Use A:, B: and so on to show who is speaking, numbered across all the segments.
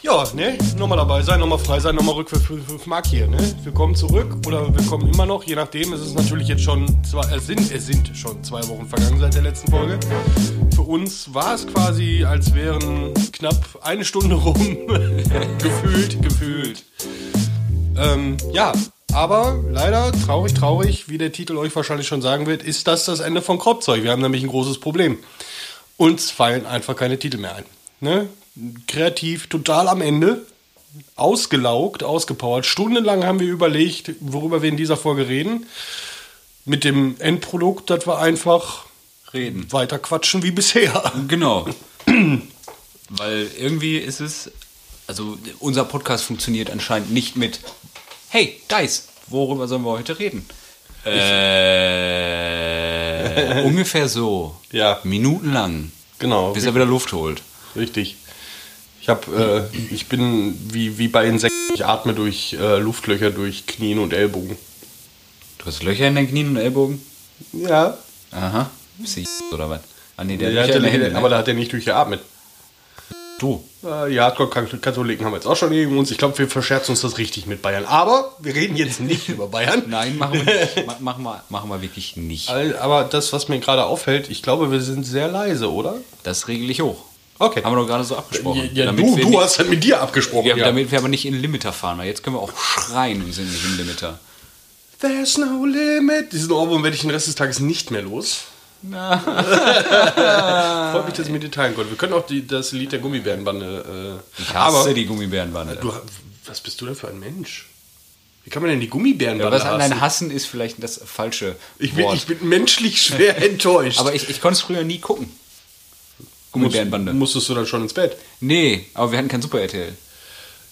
A: Ja, ne? Nochmal dabei sein, nochmal frei sein, nochmal rück für 5 Mark hier, ne? Wir kommen zurück oder wir kommen immer noch, je nachdem. Es ist natürlich jetzt schon zwei, es sind, es sind schon zwei Wochen vergangen seit der letzten Folge. Für uns war es quasi, als wären knapp eine Stunde rum. gefühlt, gefühlt. Ähm, ja, aber leider, traurig, traurig, wie der Titel euch wahrscheinlich schon sagen wird, ist das das Ende von Kropfzeug. Wir haben nämlich ein großes Problem. Uns fallen einfach keine Titel mehr ein. Ne? Kreativ total am Ende, ausgelaugt, ausgepowert. Stundenlang haben wir überlegt, worüber wir in dieser Folge reden. Mit dem Endprodukt, das wir einfach
B: Reden.
A: weiter quatschen wie bisher.
B: Genau. Weil irgendwie ist es, also unser Podcast funktioniert anscheinend nicht mit, hey, Dice, worüber sollen wir heute reden? Äh, ungefähr so.
A: Ja.
B: Minutenlang.
A: Genau.
B: Bis er wieder Luft holt.
A: Richtig. Ich hab, äh, ich bin wie, wie bei Insekten, ich atme durch äh, Luftlöcher, durch Knien und Ellbogen.
B: Du hast Löcher in den Knien und Ellbogen?
A: Ja.
B: Aha. Sie oder was? Ah, nee, der,
A: Der
B: hat
A: hat ja
B: Löcher in den
A: nicht,
B: Händen.
A: Aber da hat er nicht durchgeatmet.
B: du.
A: Äh, ja, Hardcore-Katholiken haben wir jetzt auch schon neben uns. Ich glaube, wir verscherzen uns das richtig mit Bayern. Aber wir reden jetzt nicht über Bayern.
B: Nein, machen wir nicht. Ma- machen, wir, machen wir wirklich nicht.
A: All- Aber das, was mir gerade auffällt, ich glaube, wir sind sehr leise, oder?
B: Das regel ich hoch.
A: Okay.
B: Haben wir doch gerade so abgesprochen.
A: ja, ja,
B: Damit
A: du,
B: wir
A: du
B: nicht-
A: hast halt mit dir abgesprochen.
B: Ja, Damit wir aber nicht in den Limiter fahren, weil jetzt können wir auch schreien und sind nicht im Limiter.
A: There's no limit. Diesen Ohrwurm werde ich den Rest des Tages nicht mehr los. Freut mich, dass ich mit dir teilen konnte. Wir können auch die, das Lied der Gummibärenbande. Äh,
B: Ich hasse
A: aber
B: die Gummibärenwanne.
A: du, was bist du denn für ein Mensch? Wie kann man denn die Gummibärenbande
B: Was an
A: hassen?
B: dein Hassen ist vielleicht das falsche
A: Ich bin,
B: Wort.
A: ich bin menschlich schwer enttäuscht.
B: aber ich, ich konnte es früher nie gucken.
A: Gummibärenbande.
B: Gummibärenbande.
A: Musstest du dann schon ins Bett?
B: Nee, aber wir hatten kein Super RTL.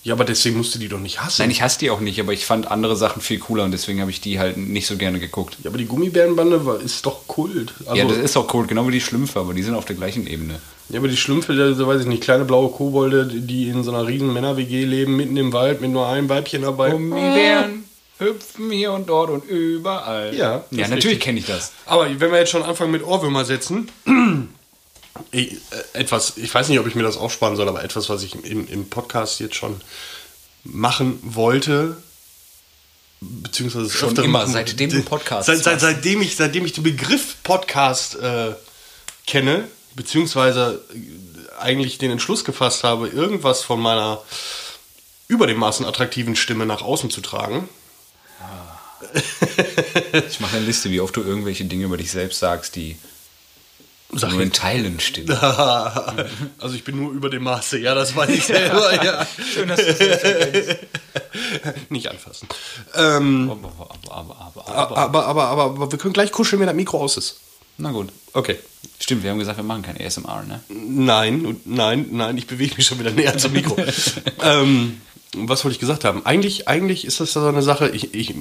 A: Ja, aber deswegen musst du die doch nicht hassen.
B: Nein, ich hasse die auch nicht, aber ich fand andere Sachen viel cooler und deswegen habe ich die halt nicht so gerne geguckt.
A: ja, aber die Gummibärenbande war, ist doch Kult. Also,
B: Ja, das ist auch cool, genau wie die Schlümpfe, aber die sind auf der gleichen Ebene.
A: Ja, aber die Schlümpfe, da, da weiß ich nicht, kleine blaue Kobolde, die- die in so einer riesen Männer-WG leben, mitten im Wald mit nur einem Weibchen dabei.
B: Oh Gummibären hüpfen hier und dort und überall.
A: Ja, das
B: ja
A: ist
B: natürlich
A: richtig.
B: kenne ich das.
A: Aber wenn wir jetzt schon anfangen mit Ohrwürmer setzen, ich, äh, etwas, ich weiß nicht, ob ich mir das aufsparen soll, aber etwas, was ich im, im Podcast jetzt schon machen wollte, beziehungsweise
B: Schon
A: öfter
B: immer,
A: machen-
B: seitdem du Podcasts
A: seit, seit,
B: machst.
A: seitdem, ich, seitdem ich den Begriff Podcast äh, kenne, beziehungsweise äh, eigentlich den Entschluss gefasst habe, irgendwas von meiner über dem Maßen attraktiven Stimme nach außen zu tragen.
B: Ah. Ich mache eine Liste, wie oft du irgendwelche Dinge über dich selbst sagst, die
A: Sag
B: nur
A: ich
B: in Teilen stimmen.
A: also ich bin nur über dem Maße, ja, das weiß ich selber, ja.
B: Schön, dass du es selbst erkennst.
A: Nicht anfassen. Ähm,
B: Aber, aber, aber, aber,
A: aber, aber, aber, aber, aber wir können gleich kuscheln, wenn das Mikro aus ist.
B: Na gut.
A: Okay.
B: Stimmt, wir haben gesagt, wir machen kein ASMR, ne?
A: Nein, und nein, nein, ich bewege mich schon wieder näher zum Mikro. ähm, was wollte ich gesagt haben? Eigentlich, eigentlich ist das so eine Sache, ich, ich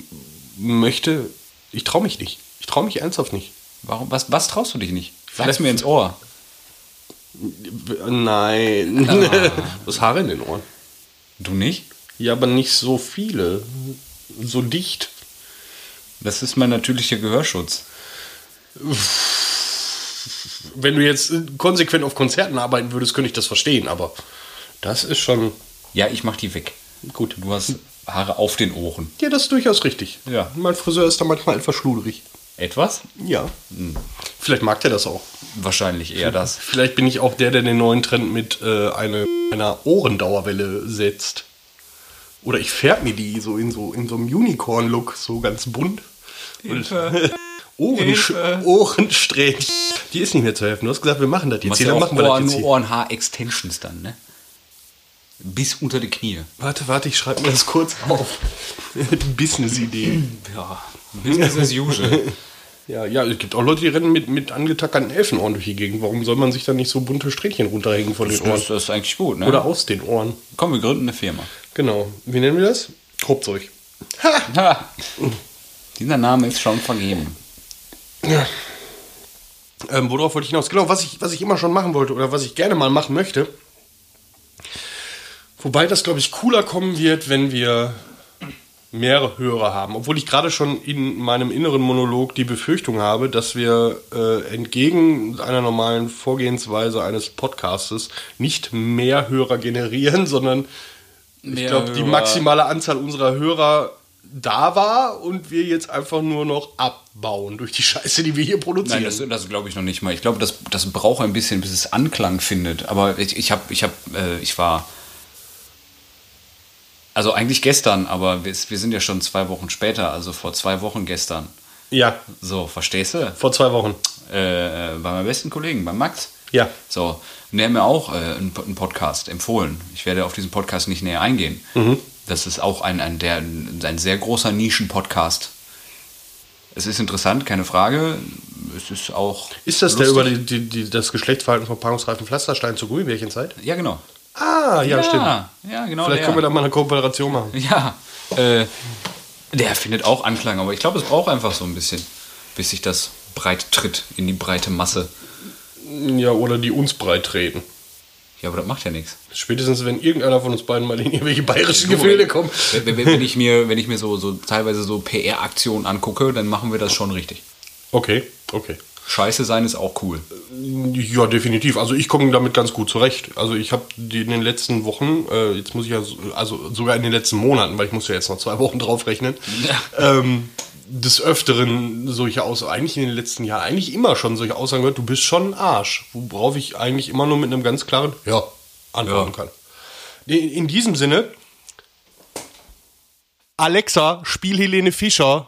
A: möchte, ich traue mich nicht. Ich traue mich ernsthaft nicht.
B: Warum, was, was traust du dich nicht? Sag's mir ins Ohr.
A: Nein. Was Haare in den Ohren?
B: Du nicht?
A: Ja, aber nicht so viele. So dicht.
B: Das ist mein natürlicher Gehörschutz.
A: Wenn du jetzt äh, konsequent auf Konzerten arbeiten würdest, könnte ich das verstehen, aber das ist schon
B: Ja, ich mach die weg.
A: gut.
B: Du hast Haare auf den Ohren.
A: Ja, das ist durchaus richtig.
B: Ja.
A: Mein Friseur ist da manchmal etwas schluderig.
B: Etwas?
A: Ja. Vielleicht mag der das auch.
B: Wahrscheinlich eher das.
A: Hm. Vielleicht bin ich auch der, der den neuen Trend mit äh, eine, einer Ohrendauerwelle setzt. Oder ich färbe mir die so in so, in so einem Unicorn-Look, so ganz bunt. Und Ohrensch Ohrensträhnchen. Die ist nicht mehr zu helfen. Du hast gesagt, wir machen das jetzt
B: Machst
A: hier.
B: ja
A: Dann
B: auch
A: machen wir das
B: Ohren,
A: jetzt hier.
B: Ohrenhaar-Extensions dann, ne? Bis unter die Knie.
A: Warte, warte, ich schreibe mir das kurz auf. Business-Idee.
B: Ja, Business as usual.
A: Ja, ja, es gibt auch Leute, die rennen mit, mit angetackerten Elfenohren durch die Gegend. Warum soll man sich da nicht so bunte Strähnchen runterhängen von den Ohren?
B: Das, das ist eigentlich gut, ne?
A: Oder aus den Ohren.
B: Komm, wir gründen eine Firma.
A: Genau. Wie nennen wir das? Kruppzeug. Ha!
B: Ha! Dieser Name ist schon vergeben.
A: Ja. Ähm, worauf wollte ich hinaus? Genau, was ich, was ich immer schon machen wollte oder was ich gerne mal machen möchte. Wobei das, glaube ich, cooler kommen wird, wenn wir mehrere Hörer haben. Obwohl ich gerade schon in meinem inneren Monolog die Befürchtung habe, dass wir äh, entgegen einer normalen Vorgehensweise eines Podcastes nicht mehr Hörer generieren, sondern ich
B: Mehr
A: glaube, die
B: Hörer.
A: maximale Anzahl unserer Hörer da war und wir jetzt einfach nur noch abbauen durch die Scheiße, die wir hier produzieren.
B: Nein, das, das glaube ich noch nicht mal. Ich glaube, das, das braucht ein bisschen, bis es Anklang findet. Aber ich, ich habe, ich habe, äh, ich war. Also eigentlich gestern, aber wir, wir sind ja schon zwei Wochen später, also vor zwei Wochen gestern.
A: ja,
B: So, verstehst du?
A: vor zwei Wochen.
B: Äh, äh, bei meinem besten Kollegen, bei Max.
A: Ja.
B: So, und der hat mir auch äh, einen, P- einen Podcast empfohlen. Ich werde auf diesen Podcast nicht näher eingehen.
A: Mhm.
B: Das ist auch ein, ein, der, ein sehr großer Nischen-Podcast. Es ist interessant, keine Frage. Es ist auch.
A: Ist das
B: lustig.
A: der über die, die, die, das Geschlechtsverhalten von Paarungsreifen Pflasterstein zur Gummibärchenzeit?
B: Ja, genau.
A: Ah, ja, stimmt.
B: Ja, genau.
A: Vielleicht
B: der.
A: können wir da mal eine Kooperation machen.
B: Ja, äh, der findet auch Anklang, aber ich glaube, es braucht einfach so ein bisschen, bis sich das breit tritt in die breite Masse.
A: Mm, Ja, oder die uns breit treten.
B: Ja, aber das macht ja nichts.
A: Spätestens, wenn irgendeiner von uns beiden mal in irgendwelche bayerischen Gefilde kommt.
B: Wenn, wenn, wenn ich mir, wenn ich mir so, so teilweise so PR-Aktionen angucke, dann machen wir das schon richtig.
A: Okay, okay.
B: Scheiße sein ist auch cool.
A: Ja, definitiv. Also ich komme damit ganz gut zurecht. Also ich habe in den letzten Wochen, äh, jetzt muss ich ja, so- also sogar in den letzten Monaten, weil ich muss ja jetzt noch zwei Wochen draufrechnen, ähm, des Öfteren solche Aussagen, eigentlich in den letzten Jahren, eigentlich immer schon solche Aussagen gehört, du bist schon ein Arsch. Worauf ich eigentlich immer nur mit einem ganz klaren Ja antworten
B: Ja.
A: kann. In, in diesem Sinne, Alexa, spiel Helene Fischer.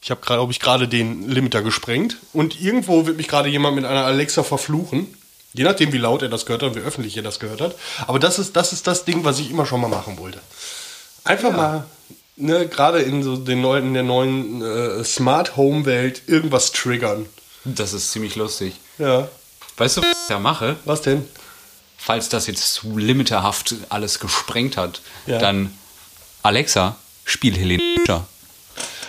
A: Ich habe gerade, glaube ich, gerade den Limiter gesprengt. Und irgendwo wird mich gerade jemand mit einer Alexa verfluchen. Je nachdem, wie laut er das gehört hat und wie öffentlich er das gehört hat. Aber das ist das, ist das Ding, was ich immer schon mal machen wollte. Einfach mal, ne, gerade in, so den neuen, in der neuen äh, Smart Home Welt irgendwas triggern.
B: Das ist ziemlich lustig.
A: Ja,
B: Weißt du, was ich da mache?
A: was denn?
B: Falls das jetzt zu limiterhaft alles gesprengt hat,
A: Ja.
B: dann Alexa, spiel Helene Fischer.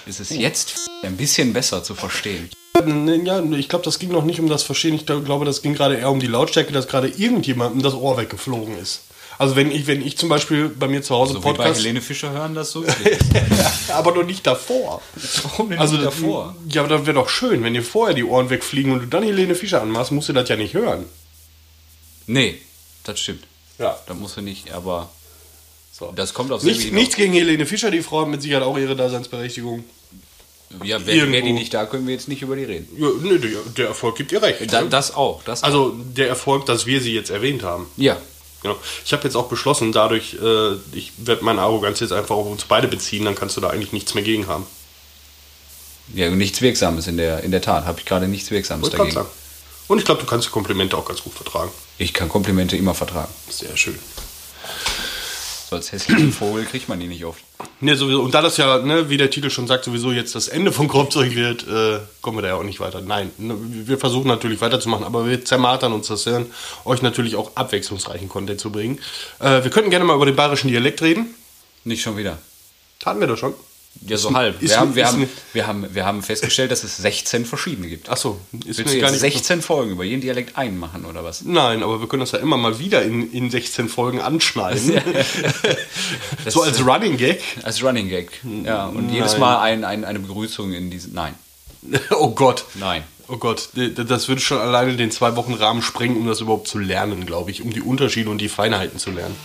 B: Es ist jetzt ein bisschen besser zu verstehen.
A: Nee, Ja, ich glaube, das ging noch nicht um das Verstehen. Ich glaub- glaube, das ging gerade eher um die Lautstärke, dass gerade irgendjemandem das Ohr weggeflogen ist. Also wenn ich, wenn ich zum Beispiel bei mir zu Hause
B: So wie bei
A: Podcast,
B: Helene Fischer hören das so.
A: aber noch nicht davor.
B: Warum denn
A: Also
B: nicht
A: das- Ja, aber das wäre doch schön, wenn dir vorher die Ohren wegfliegen und du dann Helene Fischer anmachst, musst du das ja nicht hören.
B: Nee, das stimmt.
A: Ja.
B: Da muss er nicht, aber
A: So.
B: das kommt auf
A: Nichts,
B: selbe
A: nichts gegen Helene Fischer, die Frau hat mit Sicherheit auch ihre Daseinsberechtigung.
B: hinaus. Ja, wäre wär die
A: irgendwo.
B: nicht da, können wir jetzt nicht über die reden.
A: Ja, nö, der, der Erfolg gibt ihr recht.
B: Da,
A: ne?
B: das auch, das
A: also der Erfolg, dass wir sie jetzt erwähnt haben.
B: Ja.
A: Genau. Ich habe jetzt auch beschlossen, dadurch, äh, ich werde meine Arroganz jetzt einfach auf uns beide beziehen, dann kannst du da eigentlich nichts mehr gegen haben.
B: Ja, und nichts Wirksames in der, in der Tat. Habe ich gerade nichts Wirksames
A: Wollte grad
B: dagegen.
A: sagen. Und ich glaube, du kannst die Komplimente auch ganz gut vertragen.
B: Ich kann Komplimente immer vertragen.
A: Sehr schön.
B: So als hässlichen Vogel kriegt man die nicht oft.
A: Ne, sowieso. Und da das ja, ne, wie der Titel schon sagt, sowieso jetzt das Ende von Korbzeug wird, äh, kommen wir da ja auch nicht weiter. Nein, ne, wir versuchen natürlich weiterzumachen, aber wir zermartern uns das Hirn, euch natürlich auch abwechslungsreichen Content zu bringen. Äh, wir könnten gerne mal über den bayerischen Dialekt reden.
B: Nicht schon wieder.
A: Taten wir das schon.
B: Ja, so halb.
A: ist
B: Wir haben, wir,
A: ist
B: haben,
A: ne-
B: wir, haben, wir haben festgestellt, dass es 16 verschiedene gibt.
A: Achso, ist
B: Willst du jetzt 16 Folgen über jeden Dialekt einmachen oder was?
A: Nein, aber wir können das ja immer mal wieder in, in 16 Folgen anschneiden.
B: Das
A: so als Running Gag.
B: Als Running Gag. Ja, und jedes
A: Hm, Nein.
B: Mal ein, ein, eine Begrüßung in diesem. Nein.
A: Oh Gott.
B: Nein.
A: Oh Gott, d- d- das würde schon alleine den zwei Wochen Rahmen sprengen, um das überhaupt zu lernen, glaube ich, um die Unterschiede und die Feinheiten zu lernen.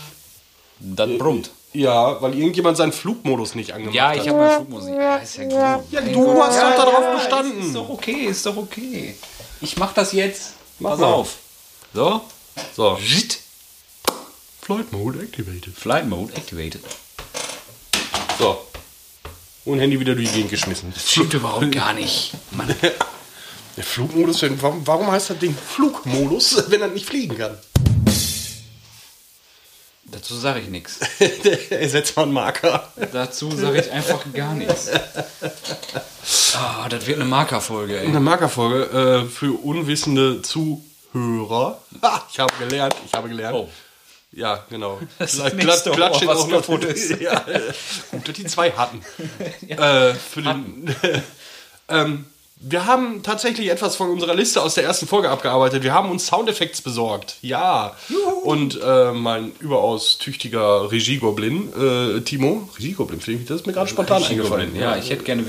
B: Das
A: Äh,
B: brummt.
A: Ja, weil irgendjemand seinen Flugmodus nicht angemacht
B: Ja, ich habe meinen Flugmusik. Ja, ist ja gut.
A: Ja, du hast doch darauf bestanden.
B: Ist doch okay, ist doch okay. Ich mach das jetzt.
A: Mach
B: Pass
A: mal.
B: auf. So.
A: So.
B: Zit.
A: Flight Mode activated.
B: Flight Mode activated.
A: So. Und Handy wieder durch die Gegend geschmissen.
B: Stimmt überhaupt gar nicht. Mann.
A: Der Flugmodus, wenn- warum, warum heißt das Ding Flugmodus, wenn er nicht fliegen kann?
B: Dazu sage ich nichts.
A: Ersetzt mal einen Marker.
B: Dazu sage ich einfach gar nichts. Ah, das wird eine Markerfolge, ey.
A: Eine Markerfolge äh, für unwissende Zuhörer. Ha, ich habe gelernt, ich habe gelernt.
B: Oh.
A: Ja, genau.
B: Das ist
A: Kla-
B: das nächste
A: Kla- Klatsch
B: Ohr, was
A: auch noch
B: kaputt ist.
A: ja, äh, gut, dass die zwei hatten. Äh, für den, ähm, Wir haben tatsächlich etwas von unserer Liste aus der ersten Folge abgearbeitet. Wir haben uns Soundeffekte besorgt. Ja. Und äh, mein überaus tüchtiger Regiegoblin, äh, Timo, Regiegoblin, finde ich, das ist mir gerade spontan eingefallen.
B: Ja, ich hätte gerne eine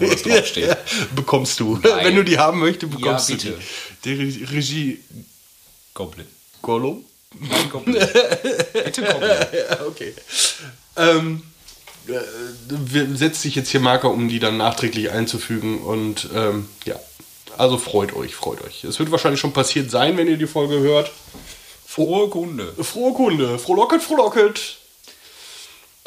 B: wo das draufsteht.
A: Bekommst du.
B: Nein.
A: Wenn du die haben möchtest, bekommst
B: Ja,
A: du
B: bitte.
A: die. Der Re- Regie
B: Goblin.
A: Gollum?
B: Nein, Goblin. Bitte Goblin.
A: Ja, okay. Ähm, äh, wir setzt sich jetzt hier Marker, um die dann nachträglich einzufügen und ähm, ja. Also freut euch, freut euch. Es wird wahrscheinlich schon passiert sein, wenn ihr die Folge hört.
B: Frohe Kunde.
A: Frohe Kunde, frohlocket, frohlocket.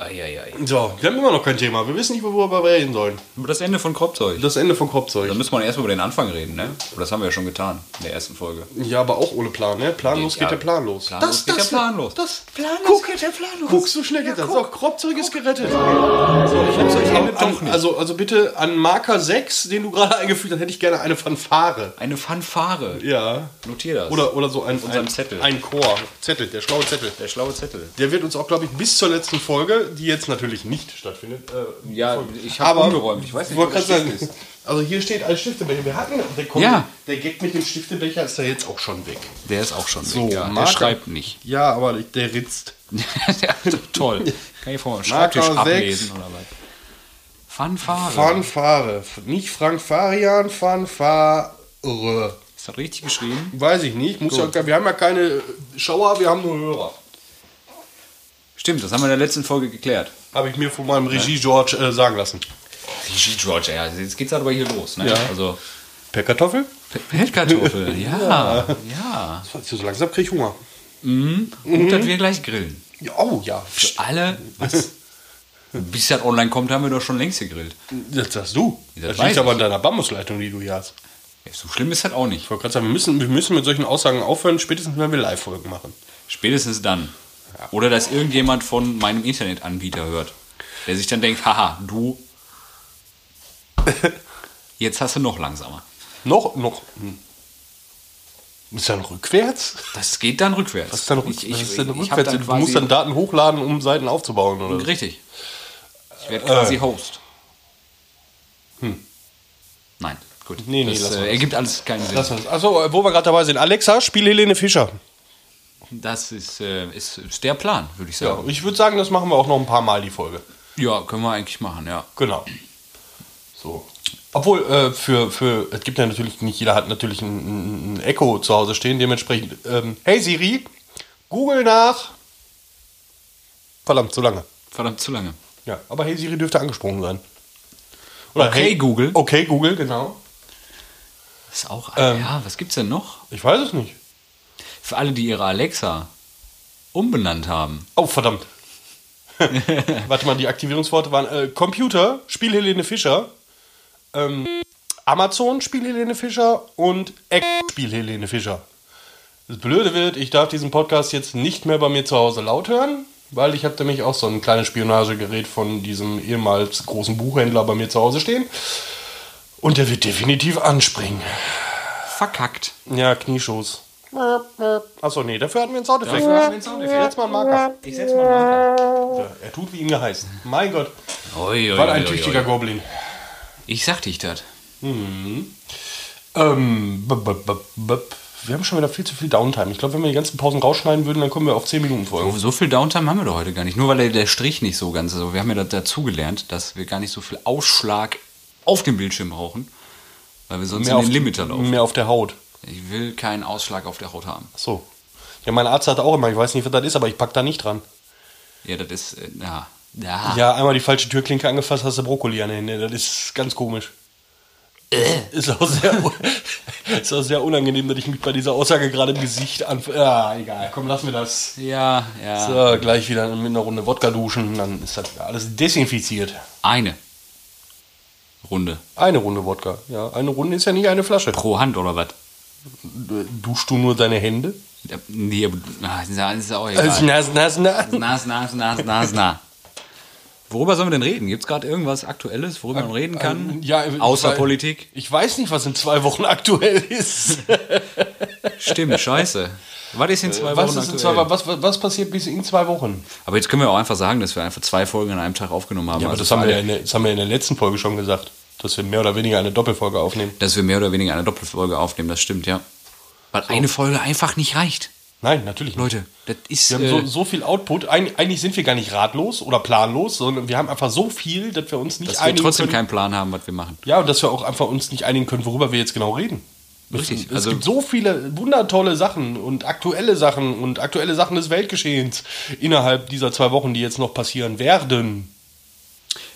B: Eieiei.
A: So, wir haben immer noch kein Thema. Wir wissen nicht, worüber wir reden sollen.
B: Über das Ende von Kropzeug.
A: Das Ende von
B: Dann
A: Kopfzeug.
B: müssen wir erstmal über den Anfang reden, ne? Aber das haben wir ja schon getan in der ersten Folge.
A: Ja, aber auch ohne Plan, ne? Planlos
B: Ja,
A: geht der Plan los.
B: planlos geht der Plan los.
A: Das,
B: Planlos
A: guck,
B: geht der Plan los.
A: Guck, so schnell geht das. So, Kropfzeug ist gerettet.
B: Ich hab's euch
A: Aber an, Also, also bitte an Marker 6, den du gerade eingefügt hast, hätte ich gerne eine Fanfare.
B: Eine Fanfare.
A: Ja.
B: Notier das.
A: Oder, oder so ein,
B: unserem
A: ein,
B: Zettel.
A: ein Chor. Zettel, der schlaue Zettel.
B: der schlaue Zettel.
A: Der wird uns auch, glaube ich, bis zur letzten Folge, die jetzt natürlich nicht stattfindet. Äh,
B: Ja,
A: folgen.
B: ich habe umgeräumt. Ich weiß nicht,
A: wollte
B: wo das
A: gerade sagen,
B: Stift ist.
A: Also hier steht ein Stiftebecher. Wir hatten, der, kommt,
B: Ja.
A: der Gag mit dem Stiftebecher ist da jetzt auch schon weg.
B: Der ist auch schon
A: So,
B: weg. Ja. Der
A: Marker-
B: schreibt nicht.
A: Ja, aber ich- der ritzt.
B: der, toll. Kann ich vom
A: Marker
B: Schreibtisch
A: sechs.
B: ablesen oder was? Fanfare.
A: Fanfare. Nicht Frank Farian, Fanfare.
B: Ist das richtig geschrieben?
A: Weiß ich nicht. Muss ja, wir haben ja keine Schauer, wir haben nur Hörer.
B: Stimmt, das haben wir in der letzten Folge geklärt.
A: Habe ich mir von meinem Regie George äh, sagen lassen.
B: Regie George, ja, jetzt geht's aber hier los, ne?
A: Ja.
B: Also,
A: Per Kartoffel?
B: P- Feldkartoffel, ja, ja.
A: So langsam kriege ich Hunger. Mhm.
B: Und dass wir gleich grillen.
A: Ja, oh ja.
B: Für alle, was? Bis das online kommt, haben wir doch schon längst gegrillt.
A: Das sagst du.
B: Das
A: Das,
B: weiß
A: liegt aber
B: ich.
A: an deiner Bambusleitung, die du hier hast.
B: Ja, So schlimm ist das auch nicht.
A: Ich wollte gerade sagen, wir müssen, wir müssen mit solchen Aussagen aufhören, spätestens wenn wir Live-Folgen machen.
B: Spätestens dann. Oder dass irgendjemand von meinem Internetanbieter hört, der sich dann denkt, haha, du, jetzt hast du noch langsamer.
A: Noch, noch. Hm. Ist dann rückwärts?
B: Das geht dann rückwärts.
A: Was ist dann
B: Ich,
A: rückwärts?
B: ich,
A: Was
B: ich,
A: ist denn
B: ich hab
A: rückwärts?
B: dann
A: du musst
B: quasi,
A: dann Daten hochladen, um Seiten aufzubauen, oder?
B: richtig. Ich
A: Äh.
B: werde quasi Host. Nein, gut.
A: Hm. Nee, nee,
B: das
A: lass mal.
B: äh, ergibt alles keinen Sinn.
A: Achso, wo wir gerade dabei sind. Alexa, spiel Helene Fischer.
B: Das ist, äh, ist, ist der Plan, würde ich
A: Ja,
B: sagen.
A: ich würde sagen, das machen wir auch noch ein paar Mal, die Folge.
B: Ja, können wir eigentlich machen, ja.
A: Genau. So. Obwohl, äh, für, für, es gibt ja natürlich, nicht jeder hat natürlich ein, ein- ein Echo zu Hause stehen, dementsprechend, ähm, hey Siri, google nach. Verdammt, so lange.
B: Verdammt zu lange.
A: Ja, aber hey Siri dürfte angesprungen sein. Oder
B: Okay, Google.
A: Okay, Google, genau.
B: Das ist auch,
A: Ähm.
B: ja, was gibt's denn noch?
A: Ich weiß es nicht.
B: Für alle, die ihre Alexa umbenannt haben.
A: Oh, verdammt. Warte mal, die Aktivierungsworte waren äh, Computer, Spiel Helene Fischer, ähm, Amazon, Spiel Helene Fischer und Ex Spiel Helene Fischer. Das Blöde wird, ich darf diesen Podcast jetzt nicht mehr bei mir zu Hause laut hören, weil ich habe nämlich auch so ein kleines Spionagegerät von diesem ehemals großen Buchhändler bei mir zu Hause stehen. Und der wird definitiv anspringen.
B: Verkackt.
A: Ja, Knieschoß. Achso, nee, dafür hatten wir einen Soundeffekt.
B: Dafür hatten wir einen Soundeffekt.
A: Jetzt mal einen Marker.
B: Ich setze mal
A: Ja, Er tut wie ihm geheißen. Mein Gott,
B: oi, oi,
A: was ein
B: oi,
A: tüchtiger
B: oi.
A: Goblin.
B: Ich sagte ich das.
A: Ähm, b -b -b -b wir haben schon wieder viel zu viel Downtime. Ich glaube, wenn wir die ganzen Pausen rausschneiden würden, dann kommen wir auf 10 Minuten Folgen.
B: So viel Downtime haben wir doch heute gar nicht. Nur weil der, der Strich nicht so ganz ist. Aber wir haben ja da- dazugelernt, dass wir gar nicht so viel Ausschlag auf dem Bildschirm brauchen, weil wir sonst in den Limiter laufen.
A: mehr auf Mhm. der Haut.
B: Ich will keinen Ausschlag auf der Haut haben.
A: Ach So. Ja, mein Arzt hat auch immer, ich weiß nicht, was das ist, aber ich pack da nicht dran.
B: Ja, das ist, äh, ja. Ja.
A: Ja, einmal die falsche Türklinke angefasst, hast du Brokkoli an der Hände. Das ist ganz komisch. Ist auch, sehr, un- ist auch sehr unangenehm, dass ich mich bei dieser Aussage gerade im Gesicht anf... Ja, egal. Komm, lass mir das.
B: Ja, ja.
A: So, gleich wieder mit einer Runde Wodka duschen, dann ist das wieder alles desinfiziert.
B: Eine Runde.
A: Eine Runde Wodka. Ja, eine Runde ist ja nicht eine Flasche.
B: Pro Hand oder was?
A: Duschst du nur deine Hände?
B: Nee, aber na, ist ja- ist ja auch
A: Also,
B: egal.
A: na, na, na.
B: Nas, nas, nas, nas, na. Worüber sollen wir denn reden? Gibt es gerade irgendwas Aktuelles, worüber man reden kann?
A: Ähm, Ja, äh, ich
B: Außer
A: weiß-
B: Politik?
A: Ich weiß nicht, was in zwei Wochen aktuell ist.
B: Stimmt, scheiße. Was ist in zwei
A: was,
B: Wochen
A: ist in
B: aktuell?
A: zwei, Wochen- was, was, was passiert bis in zwei Wochen?
B: Aber jetzt können wir auch einfach sagen, dass wir einfach zwei Folgen an einem Tag aufgenommen haben.
A: Ja, aber
B: Also
A: das haben, wir
B: für
A: ja in der, das haben wir in der letzten Folge schon gesagt.
B: alle-
A: dass wir mehr oder weniger eine Doppelfolge aufnehmen.
B: Dass wir mehr oder weniger eine Doppelfolge aufnehmen, das stimmt, ja. Weil eine Folge einfach nicht reicht.
A: Nein, natürlich nicht.
B: Leute, das ist.
A: Wir haben
B: äh,
A: so, so viel Output. Eig eigentlich sind wir gar nicht ratlos oder planlos, sondern wir haben einfach so viel, dass wir uns nicht
B: dass wir
A: einigen
B: trotzdem
A: können.
B: keinen Plan haben, was wir machen.
A: Ja, und dass wir auch einfach uns nicht einigen können, worüber wir jetzt genau reden.
B: Richtig,
A: Es
B: also-
A: gibt so viele wundertolle Sachen und aktuelle Sachen und aktuelle Sachen des Weltgeschehens innerhalb dieser zwei Wochen, die jetzt noch passieren werden.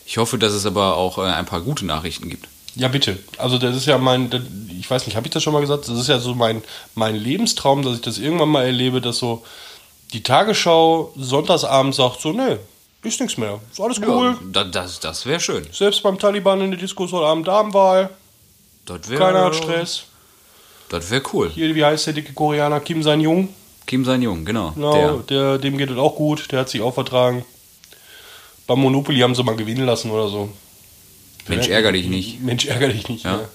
B: Ich hoffe, dass es aber auch äh, ein paar gute Nachrichten gibt.
A: Ja, bitte. Also das ist ja mein, das- ich weiß nicht, habe ich das schon mal gesagt? Das ist ja so mein, mein Lebenstraum, dass ich das irgendwann mal erlebe, dass so die Tagesschau sonntagsabends sagt, so, nee, ist nichts mehr. Ist alles cool.
B: Ja, da, das das wäre schön.
A: Selbst beim Taliban in der Disco ist heute Abend Damenwahl.
B: Das wär,
A: Keiner hat Stress.
B: Das wäre cool.
A: Hier, wie heißt der dicke Koreaner? Kim San-jung.
B: Kim sein Jung, genau.
A: Genau,
B: Der.
A: der, dem geht es auch gut, der hat sich auch vertragen. Beim Monopoly haben sie mal gewinnen lassen oder so.
B: Mensch, ärger dich nicht.
A: Mensch, ärger dich nicht.
B: Ja.
A: Ne?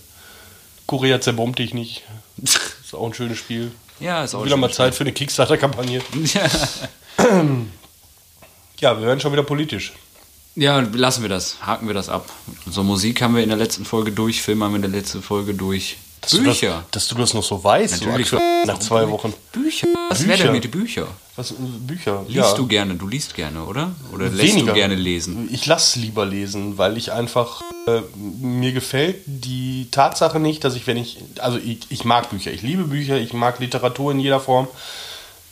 A: Korea zerbombt dich nicht. Ist auch ein schönes Spiel.
B: Ja, ist auch
A: wieder
B: schön.
A: mal Zeit für eine Kickstarter-Kampagne.
B: Ja.
A: Ja, wir werden schon wieder politisch.
B: Ja, lassen wir das. Haken wir das ab. So Musik haben wir in der letzten Folge durch, Film haben wir in der letzten Folge durch. Bücher.
A: Dass du das noch so weißt,
B: Natürlich.
A: so aktuell nach zwei Wochen.
B: Bücher. Was wäre
A: Bücher.
B: denn mit Büchern?
A: Was, äh, Bücher.
B: Liest
A: ja.
B: du gerne? Du liest gerne, oder? Oder lässt
A: Weniger.
B: du gerne lesen?
A: Ich lasse lieber lesen, weil ich einfach äh, mir gefällt die Tatsache nicht, dass ich, wenn ich, also ich, ich mag Bücher, ich liebe Bücher, ich mag Literatur in jeder Form.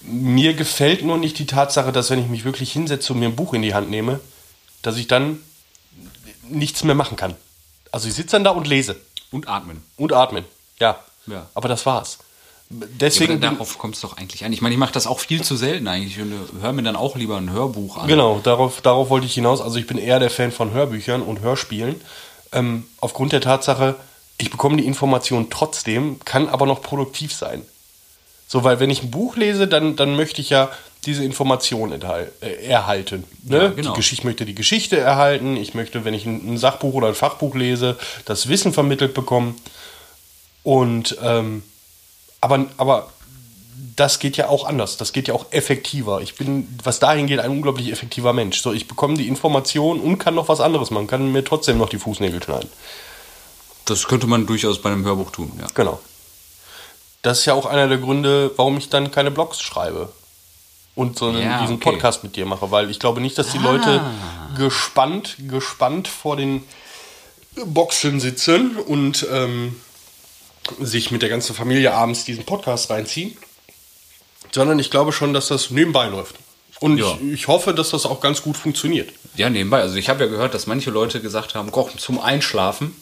A: Mir gefällt nur nicht die Tatsache, dass wenn ich mich wirklich hinsetze und mir ein Buch in die Hand nehme, dass ich dann nichts mehr machen kann. Also ich sitze dann da und lese
B: Und atmen.
A: und atmen. Ja.
B: Ja.
A: Aber das war's.
B: Ja,
A: Deswegen.
B: aber darauf kommt es doch eigentlich an. Ich meine, ich mache das auch viel zu selten eigentlich und höre mir dann auch lieber ein Hörbuch an.
A: Genau, darauf, darauf wollte ich hinaus. Also ich bin eher der Fan von Hörbüchern und Hörspielen. Ähm, aufgrund der Tatsache, ich bekomme die Information trotzdem, kann aber noch produktiv sein. So, weil wenn ich ein Buch lese, dann, dann möchte ich ja diese Information enthal- äh, erhalten. Ne?
B: Ja, genau.
A: die Geschichte, ich möchte die Geschichte erhalten. Ich möchte, wenn ich ein, ein Sachbuch oder ein Fachbuch lese, das Wissen vermittelt bekommen. Und ähm, aber, aber das geht ja auch anders. Das geht ja auch effektiver. Ich bin, was dahin geht, ein unglaublich effektiver Mensch. So, ich bekomme die Information und kann noch was anderes machen, kann mir trotzdem noch die Fußnägel schneiden.
B: Das könnte man durchaus bei einem Hörbuch tun, ja.
A: Genau. Das ist ja auch einer der Gründe, warum ich dann keine Blogs schreibe und so einen,
B: Ja,
A: diesen
B: okay. Ah.
A: Podcast mit dir mache, weil ich glaube nicht, dass die Leute gespannt, gespannt vor den Boxen sitzen und ähm, sich mit der ganzen Familie abends diesen Podcast reinziehen, sondern ich glaube schon, dass das nebenbei läuft. Und
B: Ja.
A: ich, ich hoffe, dass das auch ganz gut funktioniert.
B: Ja, nebenbei. Also ich habe ja gehört, dass manche Leute gesagt haben, Koch, zum Einschlafen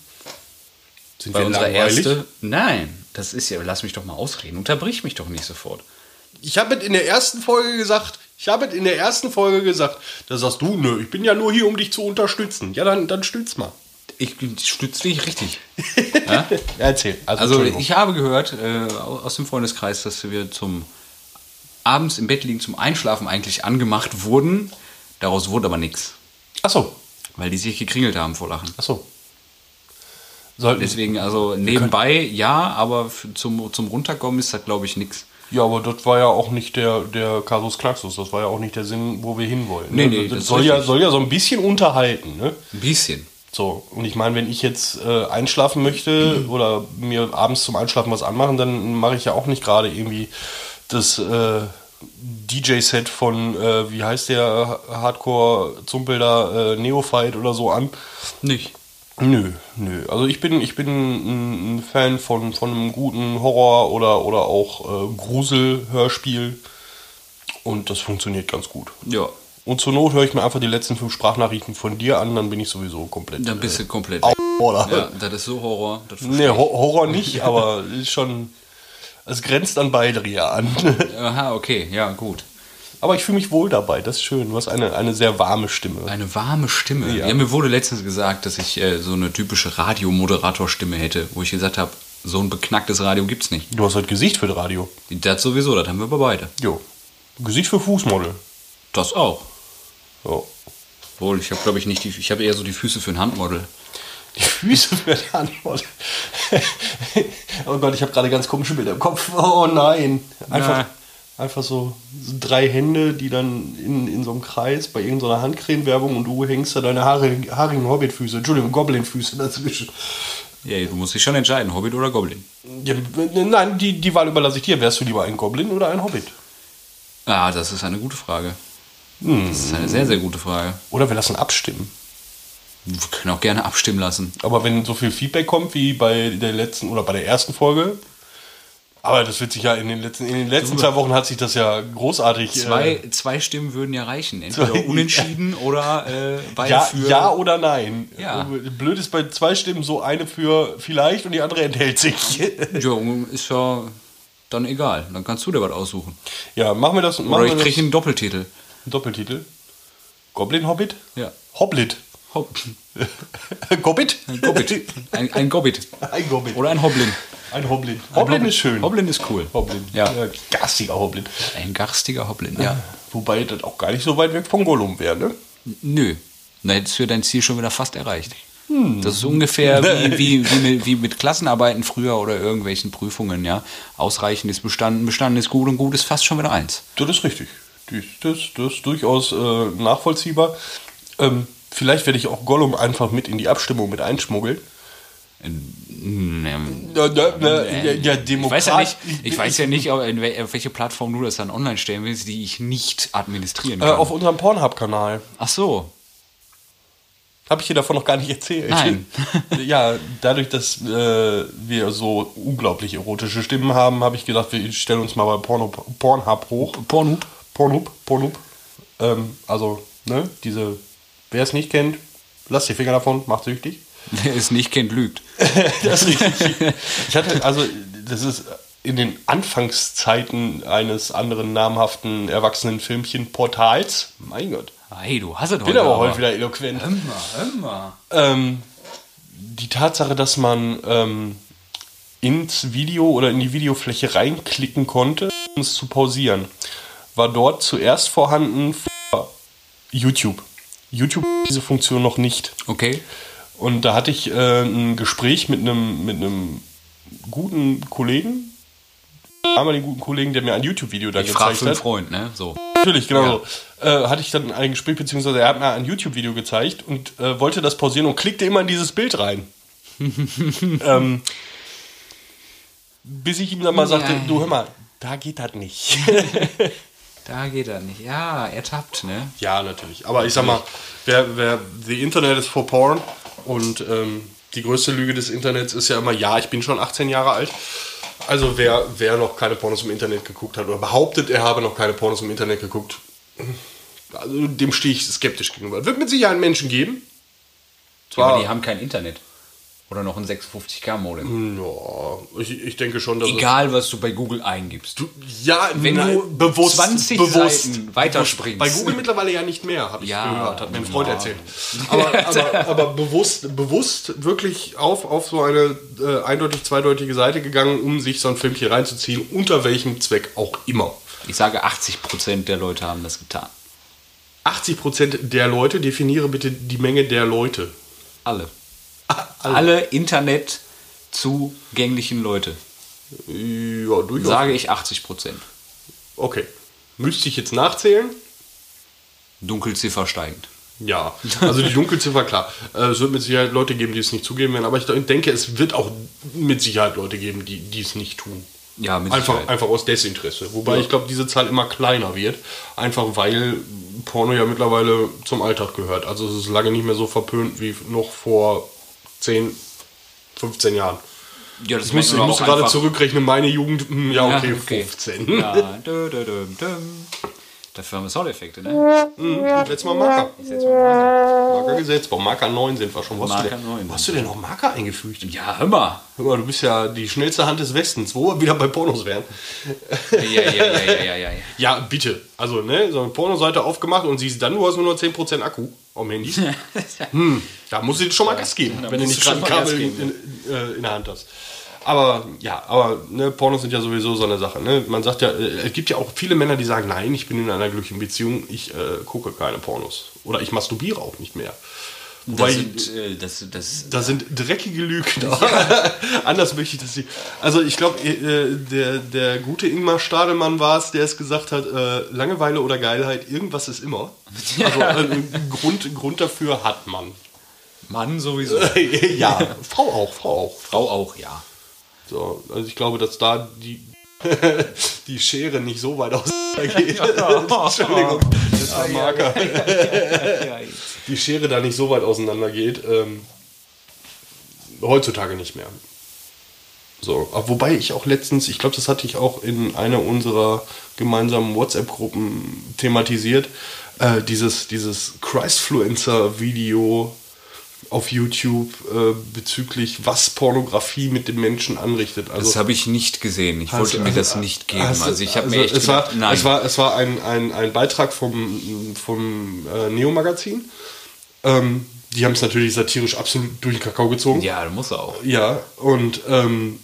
A: Sind
B: bei
A: wir
B: unserer
A: langweilig?
B: erste. Nein, das ist ja, lass mich doch mal ausreden. Unterbrich mich doch nicht sofort.
A: Ich habe es in der ersten Folge gesagt. Ich habe es in der ersten Folge gesagt. Da sagst du, nö, ich bin ja nur hier, um dich zu unterstützen. Ja, dann, dann stütz mal.
B: Ich stütze dich richtig.
A: Erzähl.
B: Also ich habe gehört äh, aus dem Freundeskreis, dass wir zum abends im Bett liegen zum Einschlafen eigentlich angemacht wurden. Daraus wurde aber nichts,
A: Achso.
B: weil die sich gekringelt haben vor Lachen.
A: Achso. Sollten.
B: Deswegen also nebenbei ja, aber f- zum, zum Runterkommen ist das glaube ich nichts.
A: ja, aber das war ja auch nicht der, der Kasus Knaxus. Das war ja auch nicht der Sinn, wo wir hinwollen.
B: Nee,
A: ne?
B: nee,
A: das,
B: das
A: soll,
B: ist
A: ja,
B: richtig.
A: soll ja so ein bisschen unterhalten. Ne?
B: Ein bisschen.
A: So, und ich meine, wenn ich jetzt äh, einschlafen möchte oder mir abends zum Einschlafen was anmachen, dann mache ich ja auch nicht gerade irgendwie das äh, DJ-Set von, äh, wie heißt der Hardcore-Zumpel da, äh, Neophyte oder so an.
B: Nicht.
A: Nö, nö. Also ich bin, ich bin ein ein Fan von, von einem guten Horror- oder, oder auch äh, Grusel-Hörspiel und das funktioniert ganz gut.
B: Ja.
A: Und zur Not höre ich mir einfach die letzten fünf Sprachnachrichten von dir an, dann bin ich sowieso komplett. äh,
B: Dann bist du komplett.
A: Au,
B: weg.
A: oder?
B: Ja, das ist so Horror. Das
A: Nee, Ho Horror nicht, aber ist schon. Es grenzt an Balderia an.
B: Aha, okay, ja, gut.
A: aber ich fühle mich wohl dabei, das ist schön. Du hast eine, eine sehr warme Stimme.
B: Eine warme Stimme. Ja.
A: Ja.
B: mir wurde letztens gesagt, dass ich äh, so eine typische Radiomoderatorstimme hätte, wo ich gesagt habe, so ein beknacktes Radio gibt's nicht.
A: Du hast halt Gesicht für das Radio.
B: Das sowieso, das haben wir aber beide.
A: Jo. Gesicht für Fußmodel.
B: Das auch.
A: So.
B: Obwohl, ich habe, glaube ich, nicht die. Ich habe eher so die Füße für ein Handmodel.
A: Die Füße für die Antwort. oh Gott, ich habe gerade ganz komische Bilder im Kopf. Oh nein. Einfach.
B: Na.
A: Einfach so drei Hände, die dann in, in so einem Kreis bei irgendeiner Handcreme-Werbung und du hängst da deine haarigen, haarigen Hobbitfüße, Entschuldigung, Goblin-Füße dazwischen.
B: Ja, du musst dich schon entscheiden, Hobbit oder Goblin.
A: Ja, nein, die, die Wahl überlasse ich dir. Wärst du lieber ein Goblin oder ein Hobbit?
B: Ah, das ist eine gute Frage.
A: Hm.
B: Das ist eine sehr, sehr gute Frage.
A: Oder wir lassen abstimmen.
B: Wir können auch gerne abstimmen lassen.
A: Aber wenn so viel Feedback kommt wie bei der letzten oder bei der ersten Folge, aber das wird sich ja in den letzten, in den letzten
B: Du-
A: zwei Wochen hat sich das ja großartig.
B: Zwei,
A: äh,
B: zwei Stimmen würden ja reichen. Entweder
A: Zwei-
B: unentschieden oder äh, beide
A: ja,
B: für.
A: ja oder nein.
B: Ja.
A: Blöd ist bei zwei Stimmen so eine für vielleicht und die andere enthält sich.
B: Ja, ist ja dann egal. Dann kannst du dir was aussuchen.
A: ja, machen wir das. Machen
B: Oder ich
A: wir das.
B: kriege einen Doppeltitel.
A: Doppeltitel. Goblin Hobbit?
B: Ja.
A: Hobbit.
B: Hob
A: Gobbit?
B: ein Gobbit. Ein, ein Gobbit.
A: Ein Gobbit.
B: Oder ein Hoblin.
A: ein Hoblin.
B: Ein
A: Hoblin ist schön.
B: Hoblin ist cool.
A: Hoblin.
B: Ja.
A: Garstiger Hoblin.
B: Ein garstiger Hoblin, ja.
A: Wobei das auch gar nicht so weit weg von Gollum wäre, ne?
B: Nö. Dann hättest du dein Ziel schon wieder fast erreicht.
A: Hm.
B: Das ist ungefähr wie, wie, wie, mit, wie mit Klassenarbeiten früher oder irgendwelchen Prüfungen, ja. Ausreichend ist bestanden, bestanden ist gut und gut ist fast schon wieder eins.
A: Das ist richtig. Das, das, das ist durchaus äh, nachvollziehbar. Ähm, vielleicht werde ich auch Gollum einfach mit in die Abstimmung mit einschmuggeln.
B: Äh, Ähm,
A: Ja, ja, ja, ja,
B: ähm,
A: ja,
B: ich weiß ja nicht,
A: Demokrat-
B: ich weiß ja nicht auf, in wel- auf welche Plattform du das dann online stellen willst, die ich nicht administrieren
A: Äh,
B: kann.
A: auf unserem Pornhub-Kanal.
B: Ach so,
A: Habe ich dir davon noch gar nicht erzählt.
B: Nein.
A: ja, dadurch, dass äh, wir so unglaublich erotische Stimmen haben, habe ich gedacht, wir stellen uns mal bei Porno, Pornhub hoch.
B: Pornhub.
A: Pornhub, Pornhub. Ähm, also, ne, diese, wer es nicht kennt, lasst die Finger davon, macht süchtig.
B: Wer es nicht kennt, lügt.
A: Das ist richtig. Ich hatte, also, das ist in den Anfangszeiten eines anderen namhaften Erwachsenenfilmchen-Portals. Mein Gott.
B: Hey, du hast es heute.
A: Bin aber heute wieder eloquent.
B: Immer, immer.
A: Ähm, die Tatsache, dass man ähm, ins Video oder in die Videofläche reinklicken konnte, um es zu pausieren, war dort zuerst vorhanden vor YouTube. YouTube hat diese Funktion noch nicht.
B: Okay.
A: Und da hatte ich äh, ein Gespräch mit einem mit einem guten Kollegen, einmal den guten Kollegen, der mir ein YouTube-Video da
B: Ich frage
A: gezeigt
B: für einen
A: hat.
B: Freund, ne? So.
A: Natürlich, genau. so. Äh, hatte ich dann ein Gespräch, beziehungsweise er hat mir ein YouTube-Video gezeigt und äh, wollte das pausieren und klickte immer in dieses Bild rein. ähm, bis ich ihm dann mal sagte,
B: Ja.
A: du hör mal, da geht das nicht.
B: Da geht er nicht. Ja, ertappt, ne?
A: ja, natürlich. Aber ich sag mal, wer, wer the Internet is for porn und ähm, die größte Lüge des Internets ist ja immer, ja, ich bin schon 18 Jahre alt. Also wer, wer noch keine Pornos im Internet geguckt hat oder behauptet, er habe noch keine Pornos im Internet geguckt, also dem stehe ich skeptisch gegenüber. Wird mit Sicherheit Menschen geben.
B: Aber
A: Zwar,
B: die haben kein Internet. Oder noch ein 56K-Modem.
A: Hm. ja, ich, ich denke schon, dass es-
B: Egal, was du bei Google eingibst. Du,
A: Ja,
B: Wenn
A: nein,
B: du 20 Seiten weiterspringst.
A: Bei Google mittlerweile ja nicht mehr, habe ich
B: Ja, genau.
A: gehört, hat mir ein
B: ja.
A: Freund erzählt. Aber, aber, aber bewusst, bewusst wirklich auf, auf so eine äh, eindeutig zweideutige Seite gegangen, um sich so ein Filmchen reinzuziehen, unter welchem Zweck auch immer.
B: ich sage, 80% der Leute haben das getan.
A: 80% der Leute, definiere bitte die Menge der Leute.
B: Alle. Alle Internet zugänglichen Leute.
A: Ja, durchaus.
B: Sage ich 80%.
A: Okay. Müsste ich jetzt nachzählen?
B: Dunkelziffer steigend.
A: Ja, also die Dunkelziffer, klar. Äh, Es wird mit Sicherheit Leute geben, die es nicht zugeben werden, aber ich denke, es wird auch mit Sicherheit Leute geben, die, die es nicht tun.
B: Ja, mit
A: Einfach,
B: Sicherheit.
A: einfach aus Desinteresse. Wobei ich glaube, diese Zahl immer kleiner wird. Einfach weil Porno ja mittlerweile zum Alltag gehört. Also es ist lange nicht mehr so verpönt wie noch vor 10, 15 Jahren.
B: Ja, das
A: Ich muss, ich muss gerade zurückrechnen, meine Jugend, hm, ja okay, 15.
B: Ja, dö, dö, dö, dö. Dafür haben wir Soundeffekte, ne?
A: Und Hm, jetzt mal Marker. Marker gesetzt. Bei Marker 9 sind wir schon. Wo hast du
B: Marker
A: denn-
B: 9.
A: wo Hast du denn noch Marker eingefügt?
B: Ja, hör mal.
A: Hör mal, du bist ja die schnellste Hand des Westens, wo wir wieder bei Pornos wären.
B: Ja, ja, ja, ja, ja, ja, ja.
A: Ja, bitte. Also, ne, so eine Pornoseite aufgemacht und siehst dann, du hast nur noch 10% Akku am Handy. Hm, da musst du dir schon mal Gas geben,
B: da
A: wenn du
B: musst
A: nicht
B: du
A: gerade ein
B: schon mal Gas
A: Kabel in, in, äh, in der Hand hast. Aber ja, aber ne, Pornos sind ja sowieso so eine Sache. Ne? Man sagt ja, äh, es gibt ja auch viele Männer, die sagen, nein, ich bin in einer glücklichen Beziehung, ich äh, gucke keine Pornos. Oder ich masturbiere auch nicht mehr. Wobei
B: Das
A: ich-
B: sind, äh, das, das,
A: Da sind dreckige Lügen da. Anders möchte ich das nicht. Also ich glaube, äh, der, der gute Ingmar Stadelmann war es, der es gesagt hat, äh, Langeweile oder Geilheit, irgendwas ist immer. Also äh, einen Grund, Grund dafür hat man.
B: Mann sowieso.
A: ja, Frau auch, Frau auch.
B: Frau auch, ja.
A: So, also ich glaube, dass da die, die Schere nicht so weit auseinandergeht. Entschuldigung, das war Marker. Die Schere da nicht so weit auseinandergeht. Ähm, heutzutage nicht mehr. So, aber wobei ich auch letztens, ich glaube, das hatte ich auch in einer unserer gemeinsamen WhatsApp-Gruppen thematisiert, äh, dieses, dieses Christfluencer-Video auf YouTube äh, bezüglich, was Pornografie mit dem Menschen anrichtet. Also,
B: Das habe ich nicht gesehen. Ich wollte mir das nicht geben.
A: Hast du-
B: Also ich habe mir echt
A: es war,
B: gedacht, nein.
A: Es war, es war ein, ein, ein Beitrag vom, vom äh, Neo-Magazin. Ähm, die haben es natürlich satirisch absolut durch den Kakao gezogen.
B: ja, muss er auch.
A: Ja, und ähm,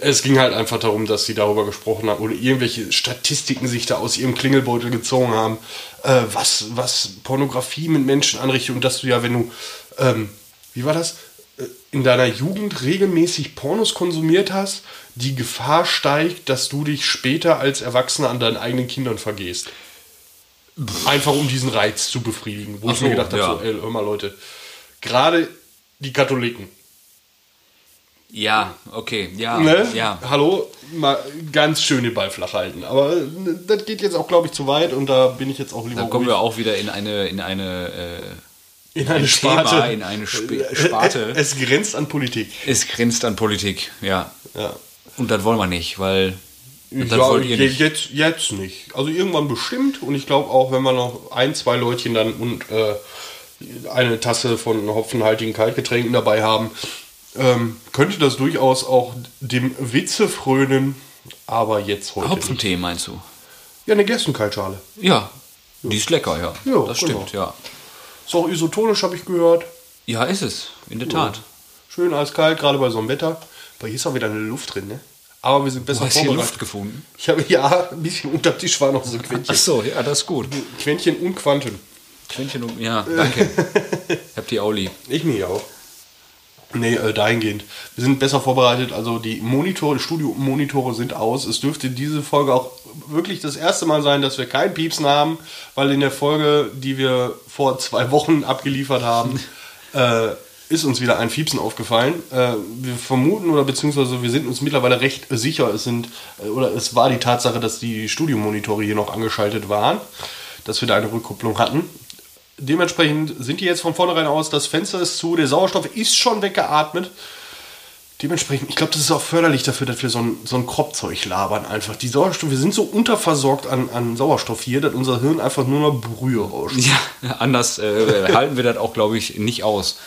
A: es ging halt einfach darum, dass sie darüber gesprochen haben oder irgendwelche Statistiken sich da aus ihrem Klingelbeutel gezogen haben, äh, was, was Pornografie mit Menschen anrichtet und dass du ja, wenn du, ähm, wie war das, Äh, in deiner Jugend regelmäßig Pornos konsumiert hast, die Gefahr steigt, dass du dich später als Erwachsener an deinen eigenen Kindern vergehst. Einfach um diesen Reiz zu befriedigen, wo
B: Ach
A: ich
B: so,
A: mir gedacht habe,
B: ja.
A: so, ey, hör mal Leute, gerade die Katholiken,
B: Ja, okay, ja,
A: ne?
B: ja.
A: Hallo, mal ganz schön den Ball flach halten. Aber ne, das geht jetzt auch, glaube ich, zu weit und da bin ich jetzt auch lieber
B: Da kommen
A: ruhig.
B: wir auch wieder in eine, in eine,
A: in eine
B: äh,
A: Sparte.
B: Thema, in eine Sp Sparte.
A: Es grenzt an Politik.
B: Es grenzt an Politik, ja.
A: Ja.
B: Und das wollen wir nicht, weil das
A: ja,
B: wollt ihr
A: je-
B: nicht.
A: Jetzt, jetzt nicht. Also irgendwann bestimmt und ich glaube auch, wenn wir noch ein, zwei Leutchen dann und äh, eine Tasse von hopfenhaltigen Kaltgetränken dabei haben, ähm, könnte das durchaus auch dem Witze frönen, aber jetzt heute. Nicht.
B: Hopfentee meinst du?
A: Ja, eine Gerstenkaltschale.
B: Ja, die ist lecker, ja.
A: Ja,
B: das
A: genau.
B: stimmt, ja.
A: Ist auch isotonisch, habe ich gehört.
B: Ja, ist es, in der Tat.
A: Schön eiskalt, gerade bei so einem Wetter. Aber hier ist auch wieder eine Luft drin, ne? Aber wir sind
B: Du
A: besser
B: hast hier
A: vorbereitet.
B: Luft gefunden.
A: Ich habe ja ein bisschen unter dem Tisch war noch so ein Quäntchen.
B: so, ja, das ist gut.
A: Quäntchen und Quanten.
B: Quäntchen um, ja, danke. Ich hab die Auli.
A: Ich mich auch. Nee, äh, dahingehend. Wir sind besser vorbereitet. Also die Monitore, die Studio-Monitore sind aus. Es dürfte diese Folge auch wirklich das erste Mal sein, dass wir kein Piepsen haben, weil in der Folge, die wir vor zwei Wochen abgeliefert haben, äh, ist uns wieder ein Piepsen aufgefallen. Äh, wir vermuten oder beziehungsweise wir sind uns mittlerweile recht sicher, es sind äh, oder es war die Tatsache, dass die Studiomonitore hier noch angeschaltet waren, dass wir da eine Rückkopplung hatten. Dementsprechend sind die jetzt von vornherein aus, das Fenster ist zu, der Sauerstoff ist schon weggeatmet. Dementsprechend, ich glaube, das ist auch förderlich dafür, dass wir so ein, so ein Kropfzeug labern einfach. Die Sauerstoff, wir sind so unterversorgt an, an Sauerstoff hier, dass unser Hirn einfach nur noch Brühe rauscht.
B: Ja, anders äh, halten wir das auch, glaube ich, nicht aus.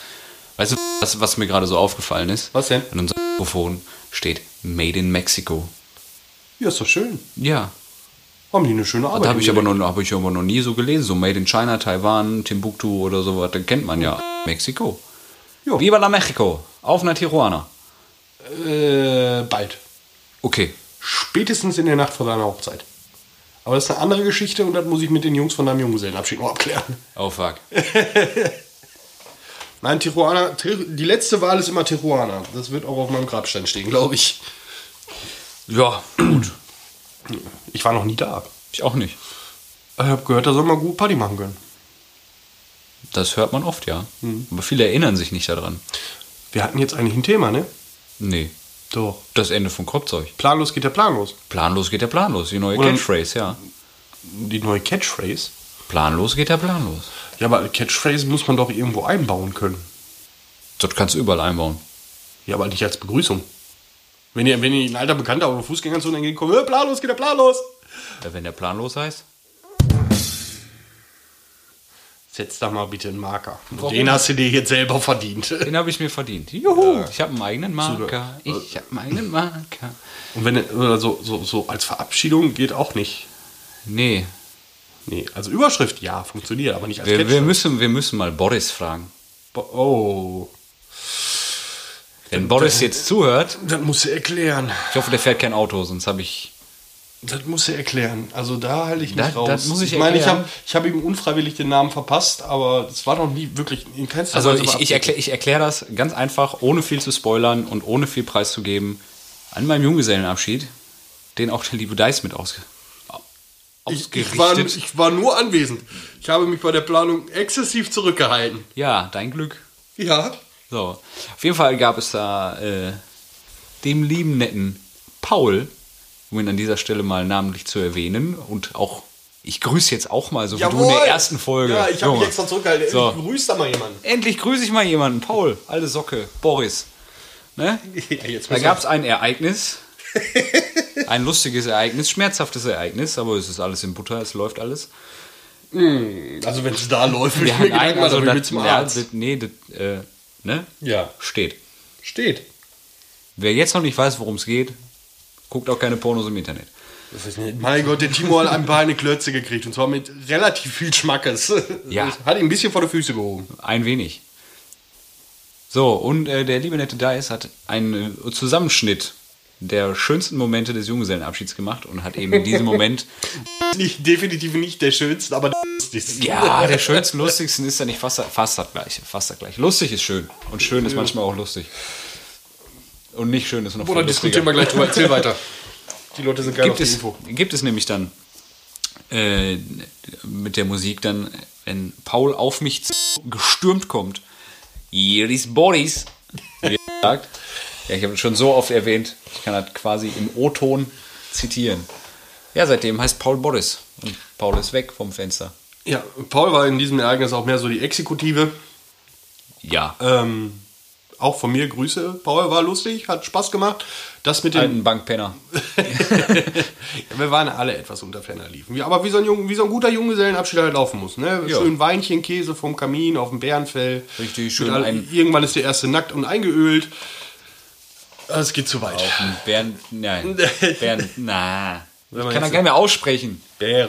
B: Weißt du, was, was mir gerade so aufgefallen ist?
A: Was denn?
B: An unserem Mikrofon steht Made in Mexico.
A: Ja, ist doch schön.
B: Ja,
A: Haben die eine schöne Arbeit.
B: das habe ich, aber
A: hingelegt.
B: noch- hab ich aber noch nie so gelesen. So Made in China, Taiwan, Timbuktu oder sowas, das kennt man ja. Mexiko.
A: Jo.
B: Viva la Mexico. Auf nach Tijuana.
A: Äh, bald.
B: Okay.
A: Spätestens in der Nacht vor deiner Hochzeit. Aber das ist eine andere Geschichte und das muss ich mit den Jungs von deinem Junggesellenabschied noch abklären.
B: Oh fuck.
A: Nein, Tijuana, Ti- die letzte Wahl ist immer Tijuana. Das wird auch auf meinem Grabstein stehen, glaube ich.
B: Ja, gut.
A: Ich war noch nie da.
B: Ich auch nicht.
A: Ich habe gehört, da soll man gut Party machen können.
B: Das hört man oft, ja.
A: Mhm.
B: Aber viele erinnern sich nicht daran.
A: Wir hatten jetzt eigentlich ein Thema, ne?
B: Nee.
A: Doch.
B: Das Ende von Kropfzeug.
A: Planlos geht der planlos.
B: Planlos geht der planlos, die neue
A: Oder-
B: Catchphrase, ja.
A: Die neue Catchphrase.
B: Planlos geht der planlos.
A: Ja, aber Catchphrase muss man doch irgendwo einbauen können.
B: Das kannst du überall einbauen.
A: Ja, aber nicht als Begrüßung. Wenn ihr, wenn ihr ein alter Bekannter auf der Fußgängerzone entgegenkommt, "Äh, planlos geht der planlos.
B: Äh, Wenn der planlos heißt?
A: Setz da mal bitte einen Marker. Und
B: Warum?
A: Den hast du dir jetzt selber verdient.
B: Den habe ich mir verdient. Juhu, ich habe einen eigenen Marker.
A: Zu- Äh.
B: Ich habe einen eigenen Marker.
A: Und wenn oder so, so, so als Verabschiedung geht auch nicht.
B: Nee,
A: Nee, also Überschrift, ja, funktioniert, aber nicht als
B: wir, wir,
A: Catchphrase.
B: müssen, wir müssen mal Boris fragen.
A: Oh,
B: Wenn Boris jetzt zuhört,
A: das musst du erklären.
B: ich hoffe, der fährt kein Auto, sonst habe ich
A: Das muss er erklären. Also da halte ich mich
B: Das-
A: raus.
B: das muss ich
A: ich meine, ich
B: erklären.
A: habe ich hab ihm unfreiwillig den Namen verpasst, aber es war noch nie wirklich in keinster
B: Also
A: Weise
B: ich, ich
A: beabsichtigt.
B: erkläre ich erklär das ganz einfach, ohne viel zu spoilern und ohne viel preiszugeben, an meinem Junggesellenabschied, den auch der liebe Dice mit ausge
A: Ich, ich, war,
B: ausgerichtet.
A: ich war nur anwesend. Ich habe mich bei der Planung exzessiv zurückgehalten.
B: ja, dein Glück.
A: Ja.
B: So, auf jeden Fall gab es da äh, dem lieben netten Paul, um ihn an dieser Stelle mal namentlich zu erwähnen und auch ich grüße jetzt auch mal so wie du in der ersten Folge.
A: Ja, ich habe mich
B: Junge.
A: extra zurückgehalten.
B: So.
A: Ich grüße da mal jemanden.
B: Endlich grüße ich mal jemanden. Paul, alte Socke, Boris. Ne?
A: Ja, jetzt
B: Da
A: muss
B: gab es ein Ereignis. Ein lustiges Ereignis, schmerzhaftes Ereignis, aber es ist alles in Butter, es läuft alles.
A: ich- also wenn es da läuft, will
B: Ja,
A: ich mir
B: nein,
A: Gedanken
B: also
A: machen, ob ich mit
B: das,
A: zum
B: ja,
A: Arzt.
B: das, nee, das, äh, ne?
A: Ja,
B: Steht.
A: steht.
B: Wer jetzt noch nicht weiß, worum es geht, guckt auch keine Pornos im Internet.
A: Mein Gott, der Timo hat ein paar eine Klötze gekriegt und zwar mit relativ viel Schmackes.
B: Ja.
A: Hat ihn ein bisschen vor die Füße gehoben.
B: Ein wenig. So, und äh, der liebe nette Dice hat einen äh, Zusammenschnitt der schönsten Momente des Junggesellenabschieds gemacht und hat eben diesen Moment
A: Nicht, definitiv nicht der schönste, aber der lustigste.
B: Ja, der schönsten, lustigsten ist ja nicht fast, fast das gleiche. Fast das gleiche. Lustig ist schön. Und schön ist manchmal auch lustig. Und nicht schön ist noch
A: Oder
B: viel
A: diskutieren wir
B: lustiger.
A: gleich drüber. Erzähl weiter. Die Leute sind geil
B: Gibt es, gibt es nämlich dann äh, mit der Musik dann, wenn Paul auf mich zu- gestürmt kommt. Hier ist Boris. Wie er sagt. Ja, ich habe es schon so oft erwähnt. Ich kann das quasi im O-Ton zitieren. Ja, seitdem heißt Paul Boris. Und Paul ist weg vom Fenster.
A: Ja, Paul war in diesem Ereignis auch mehr so die Exekutive.
B: Ja.
A: Ähm, auch von mir Grüße. Paul war lustig, hat Spaß gemacht. Das mit dem.
B: Ein Bankpenner.
A: ja, wir waren alle etwas unter Ferner liefen. Wir- Aber wie so ein, Jung, wie so ein guter Junggesellenabschied halt laufen muss. Ne?
B: Ja.
A: Schön Weinchen, Käse vom Kamin auf dem Bärenfell.
B: Richtig
A: Mit
B: schön
A: all-
B: ein-
A: Irgendwann ist der erste nackt und eingeölt. Es geht zu weit.
B: Bern, nein. Bern, na. Ich
A: man jetzt-
B: kann das gar nicht mehr aussprechen.
A: Bärenfell.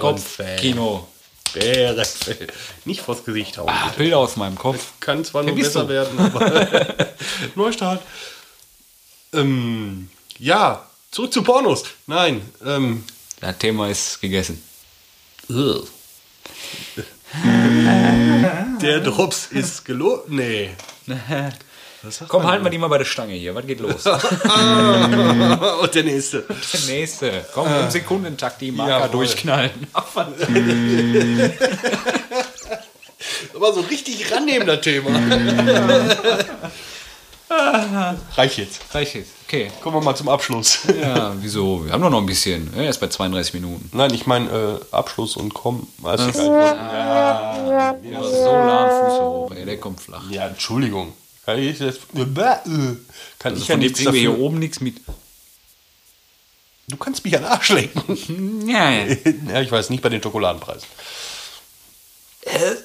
B: Kopfkino.
A: Bärenfell. Nicht vors Gesicht hauen.
B: Ah, Bilder aus meinem Kopf.
A: Kann zwar nur
B: bist
A: besser
B: du?
A: werden, aber Neustart. Ähm, ja, zurück zu Pornos. Nein, ähm,
B: Das Thema ist gegessen.
A: der Drops ist gelo... Nee. Was sagt
B: Komm,
A: man
B: halten wir die mal bei der Stange hier. Was geht los?
A: denn? Und der nächste.
B: Der nächste. Komm, im Sekundentakt die Marker
A: Jawohl.
B: durchknallen.
A: Aber so richtig rannehmen, das Thema. Reicht jetzt.
B: Reicht jetzt. Okay.
A: Kommen wir mal zum Abschluss.
B: Ja, wieso? Wir haben doch noch ein bisschen. Er ist bei 32 Minuten.
A: Nein, ich meine äh, Abschluss und komm. Also,
B: Ja, so lang Füße hoch. Ey, der kommt flach.
A: ja, Entschuldigung. Kann ich jetzt... äh. Kann
B: Also
A: ich ja
B: von dem
A: nichts
B: kriegen wir hier
A: dafür.
B: oben nichts mit.
A: Du kannst mich an den Arsch lenken.
B: Ja, ja.
A: ja, ich weiß nicht bei den Schokoladenpreisen. Äh?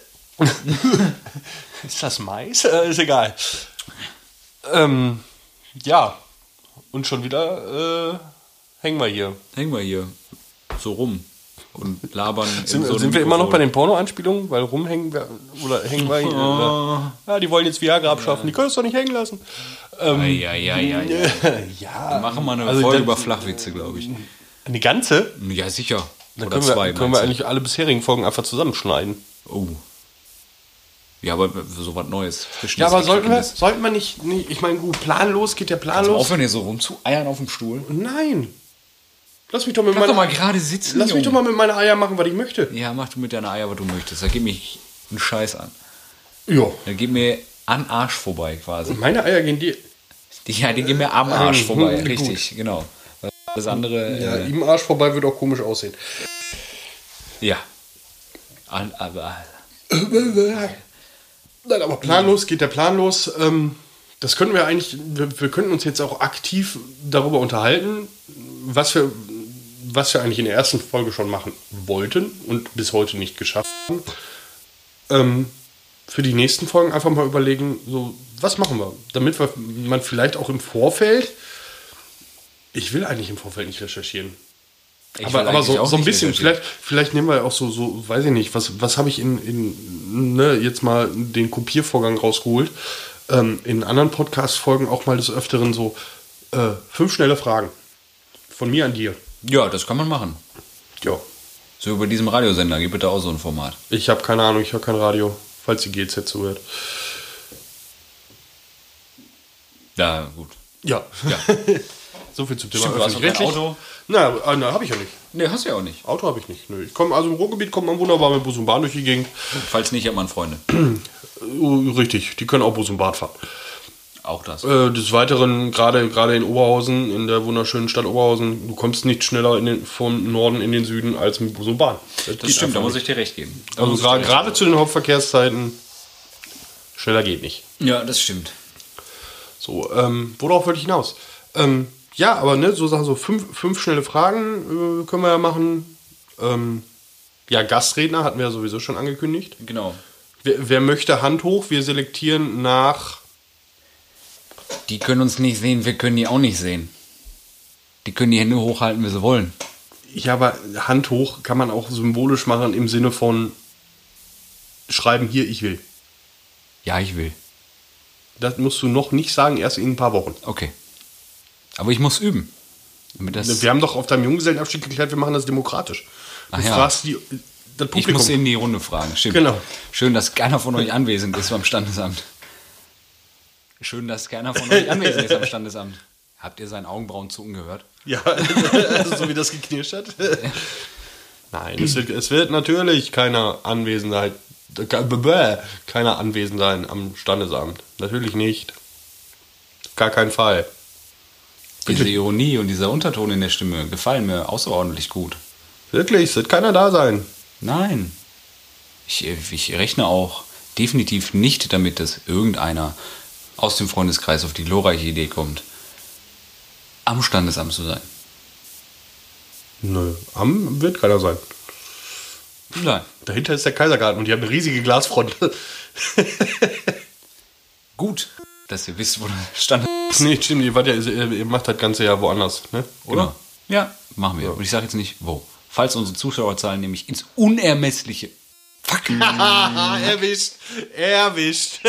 A: ist das Mais? Äh, ist egal. Ähm, ja. Und schon wieder äh, hängen wir hier.
B: Hängen wir hier so rum und labern. in
A: Sind,
B: so einem
A: sind wir immer noch
B: Mikrofon.
A: bei den Porno-Anspielungen? Weil rumhängen wir oder hängen wir hier. Oder? Ja, die wollen jetzt Viagra abschaffen. Die können es doch nicht hängen lassen. Ähm,
B: Ja, ja, ja, ja.
A: ja.
B: Machen wir eine
A: Also
B: Folge
A: das-
B: über Flachwitze, glaube ich.
A: Eine ganze?
B: Ja, sicher.
A: Dann
B: Oder
A: können wir,
B: zwei.
A: können wir
B: meinst
A: eigentlich alle bisherigen Folgen einfach zusammenschneiden.
B: du? oh. Ja, aber so was Neues. Frisch
A: Ja, aber
B: Neues
A: sollten wir,
B: Erkenntnis.
A: sollten wir nicht, nicht, ich meine, gut, planlos geht der Plan
B: Also
A: los.
B: aufhören, hier so rumzueiern auf dem Stuhl.
A: Nein. Lass mich doch mit
B: Lass
A: meiner,
B: doch mal gerade sitzen.
A: lass mich doch
B: Junge.
A: mal mit meiner Eier machen, was ich möchte.
B: Ja, mach du mit deiner Eier, was du möchtest. Da gib mich einen Scheiß an.
A: Ja.
B: Da gib mir an Arsch vorbei quasi.
A: Meine Eier gehen dir.
B: Die, ja, die gehen mir am Arsch
A: ähm,
B: vorbei.
A: gut.
B: Richtig, genau. Das andere.
A: Ja,
B: äh,
A: ihm Arsch vorbei wird auch komisch aussehen.
B: ja. An, aber,
A: Nein, aber planlos geht der Plan los. Ähm, das könnten wir eigentlich, wir, wir könnten uns jetzt auch aktiv darüber unterhalten, was wir, was wir eigentlich in der ersten Folge schon machen wollten und bis heute nicht geschafft haben. Ähm, für die nächsten Folgen einfach mal überlegen, so, was machen wir? Damit wir, man vielleicht auch im Vorfeld, ich will eigentlich im Vorfeld nicht recherchieren.
B: ich
A: Aber,
B: will
A: aber
B: eigentlich
A: so,
B: auch
A: so ein
B: nicht
A: bisschen,
B: recherchieren.
A: vielleicht, vielleicht nehmen wir auch so, so weiß ich nicht, was, was habe ich in, in ne, jetzt mal den Kopiervorgang rausgeholt, ähm, in anderen Podcast-Folgen auch mal des Öfteren so äh, fünf schnelle Fragen von mir an dir.
B: Ja, das kann man machen.
A: Ja.
B: So über diesem Radiosender, gibt bitte auch so ein Format.
A: Ich habe keine Ahnung, ich höre kein Radio, falls die GZ zuhört.
B: Ja, gut.
A: Ja.
B: Ja.
A: so viel zum Thema
B: Stimmt, du hast noch kein
A: öffentlich-rechtlich.
B: Auto.
A: Na, äh, na habe ich ja nicht.
B: Ne, hast du ja auch nicht.
A: Auto habe ich nicht. Nö. Ich komm, also im Ruhrgebiet kommt man wunderbar mit Bus und Bahn durch die Gegend.
B: Falls nicht, hat man Freunde.
A: Äh, Richtig, die können auch Bus und Bahn fahren.
B: Auch das.
A: Äh, des Weiteren, gerade gerade in Oberhausen, in der wunderschönen Stadt Oberhausen, du kommst nicht schneller in den, vom Norden in den Süden als mit Bus und Bahn.
B: Das stimmt, da muss ich dir recht geben. Da
A: Also
B: muss ich
A: gerade
B: dir recht
A: gerade zu den Hauptverkehrszeiten, schneller geht nicht.
B: geben. Ja, das stimmt.
A: So, ähm, worauf wollte ich hinaus? Ähm, ja, aber ne, so Sachen, so fünf, fünf schnelle Fragen äh, können wir ja machen. Ähm, ja, Gastredner hatten wir ja sowieso schon angekündigt.
B: Genau.
A: Wer, wer möchte Hand hoch? Wir selektieren nach.
B: Die können uns nicht sehen, wir können die auch nicht sehen. Die können die Hände hochhalten, wie sie wollen.
A: Ja, aber Hand hoch kann man auch symbolisch machen im Sinne von schreiben hier, ich will.
B: Ja, ich will.
A: Das musst du noch nicht sagen, erst in ein paar Wochen.
B: Okay. Aber ich muss üben. Damit das
A: Wir haben doch auf deinem Junggesellenabschied geklärt, wir machen das demokratisch. Du
B: Ach Ah ja.
A: fragst die, das
B: ich
A: Publikum.
B: muss in die Runde fragen. Stimmt.
A: Genau.
B: Schön, dass keiner von euch anwesend ist beim Standesamt. Schön, dass keiner von euch anwesend ist beim Standesamt. Habt ihr seinen Augenbrauenzucken gehört?
A: Ja, also so wie das geknirscht hat. Nein, es wird, es wird natürlich keiner Anwesenheit, keiner anwesend sein am Standesamt. Natürlich nicht. Gar kein Fall.
B: Diese Ironie und dieser Unterton in der Stimme gefallen mir außerordentlich gut.
A: Wirklich, es wird keiner da sein.
B: Nein. Ich, ich rechne auch definitiv nicht damit, dass irgendeiner aus dem Freundeskreis auf die glorreiche Idee kommt, am Standesamt zu sein.
A: Nö, am wird keiner sein.
B: Nein.
A: Dahinter ist der Kaisergarten und die haben eine riesige Glasfront.
B: Gut, dass ihr wisst, wo der Standesamt ist.
A: nee, stimmt, ihr, wart ja, ihr macht das Ganze ja woanders, ne? Oder?
B: Genau. Ja, machen wir. Und ich sage jetzt nicht, wo. Falls unsere Zuschauerzahlen nämlich ins Unermessliche. Fuck.
A: Ah, erwischt, erwischt.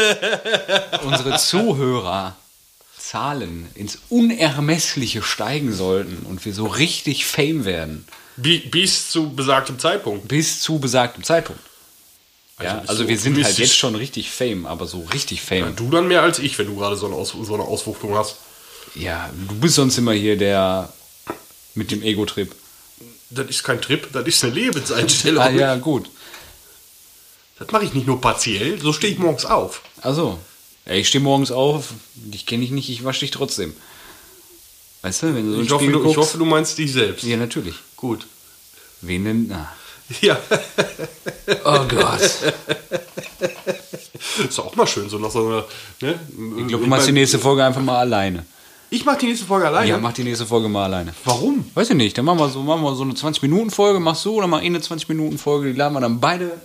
B: unsere Zuhörerzahlen ins Unermessliche steigen sollten und wir so richtig Fame werden.
A: Bi- Bis zu besagtem Zeitpunkt.
B: Bis zu besagtem Zeitpunkt.
A: Also
B: ja,
A: bist
B: also
A: du
B: wir sind halt
A: optimistisch?
B: jetzt schon richtig Fame, aber so richtig Fame.
A: Du dann mehr als ich, wenn du gerade so eine, Aus so eine Auswuchtung hast.
B: Ja, du bist sonst immer hier der mit dem Ego-Trip.
A: Das ist kein Trip, das ist eine Lebenseinstellung.
B: Ah ja, gut.
A: Das mache ich nicht nur partiell, so stehe ich morgens auf.
B: Also, ich stehe morgens auf, dich kenne ich nicht, ich wasche dich trotzdem. Weißt du, wenn Also du so
A: Ich hoffe, du,
B: Spiegel
A: ich
B: guckst-
A: hoffe, du meinst dich selbst.
B: Ja, natürlich.
A: Gut.
B: Wen denn? Na.
A: Ja,
B: Oh Gott.
A: ist doch auch mal schön, so nach so einer. Ne? Ich,
B: Ich glaube, du machst die nächste Folge einfach mal alleine.
A: ich mache die nächste Folge alleine.
B: Ja, mach die nächste Folge mal alleine.
A: Warum?
B: Weiß ich nicht, dann machen wir so, machen wir so eine 20-Minuten-Folge, machst du oder mal eh eine 20-Minuten-Folge, die laden wir dann beide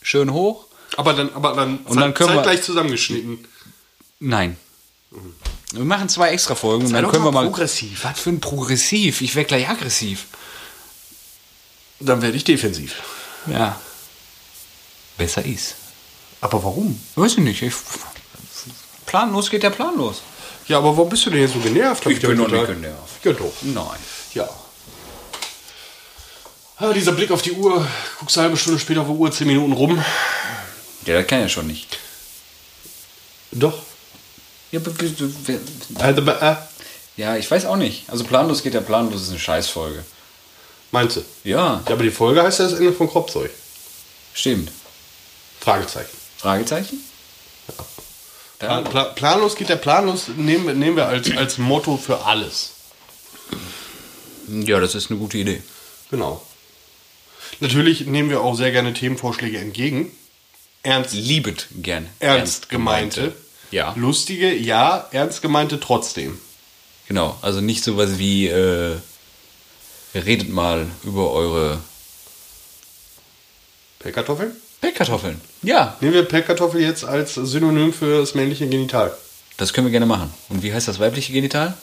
B: schön hoch.
A: Aber dann, aber dann,
B: Und dann können wir-
A: zeitgleich zusammengeschnitten.
B: Nein. Wir machen zwei extra Folgen und dann
A: doch
B: können wir
A: mal
B: mal.
A: progressiv.
B: Was für ein Progressiv? Ich werde gleich aggressiv.
A: Dann werde ich defensiv.
B: Ja. Besser ist.
A: Aber warum?
B: Weiß ich nicht. Ich, planlos geht der planlos.
A: Ja, aber warum bist du denn jetzt so genervt? Hab
B: Ich bin
A: ja
B: noch nicht
A: total-
B: genervt.
A: Ja, doch.
B: Nein.
A: Ja. Ah, dieser Blick auf die Uhr, guckst eine halbe Stunde später auf die Uhr, zehn Minuten rum.
B: Ja, das kann ja schon nicht.
A: Doch.
B: Ja, aber wir- wir-
A: Äh, be- äh,
B: ja, ich weiß auch nicht. Also planlos geht der planlos ist eine Scheißfolge.
A: Meinst du?
B: Ja,
A: Ja, aber die Folge heißt ja das Ende von Kropfzeug.
B: stimmt.
A: Fragezeichen.
B: Fragezeichen?
A: Pla
B: Dann,
A: Pla planlos geht der planlos, nehmen, wir- nehmen wir als, als Motto für alles.
B: ja, das ist eine gute Idee.
A: Genau. Natürlich nehmen wir auch sehr gerne Themenvorschläge entgegen. Ernst,
B: Liebet gern.
A: ernst gemeinte.
B: Ja,
A: Lustige, ja, ernst gemeinte trotzdem.
B: genau. Also nicht sowas wie, äh, redet mal über eure
A: Pellkartoffeln?
B: Pellkartoffeln. Ja,
A: Nehmen wir Pellkartoffel jetzt als Synonym für das männliche Genital.
B: das können wir gerne machen. Und wie heißt das weibliche Genital?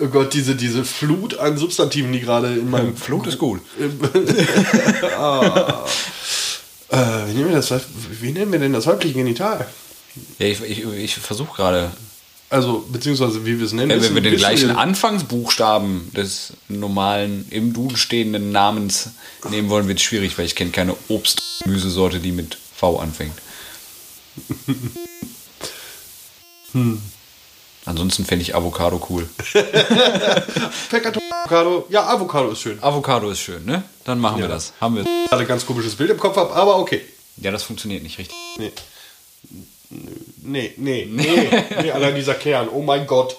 A: Oh Gott, diese, diese Flut an Substantiven, die gerade in meinem. Ah.
B: Flut ist gut.
A: Äh, wie, nennen wir das, weib- wie nennen wir denn das weibliche Genital?
B: Ja, ich, ich, ich versuche gerade
A: Also, beziehungsweise wie wir es nennen.
B: Wenn wir
A: ist
B: mit
A: ein
B: den
A: bisschen-
B: gleichen Anfangsbuchstaben des normalen, im Duden stehenden Namens nehmen wollen, wird es schwierig, weil ich kenne keine Obst-Gemüsesorte, die mit V anfängt. Ansonsten fände ich Avocado cool.
A: Peccato, Avocado. Ja, Avocado ist schön.
B: Avocado ist schön, ne? Dann machen wir das. Haben wir.
A: Ich hatte ein ganz komisches Bild im Kopf ab, aber okay.
B: Ja, das funktioniert nicht richtig.
A: Nee. Nee, nee, nee. nee allein dieser Kern. Oh mein Gott.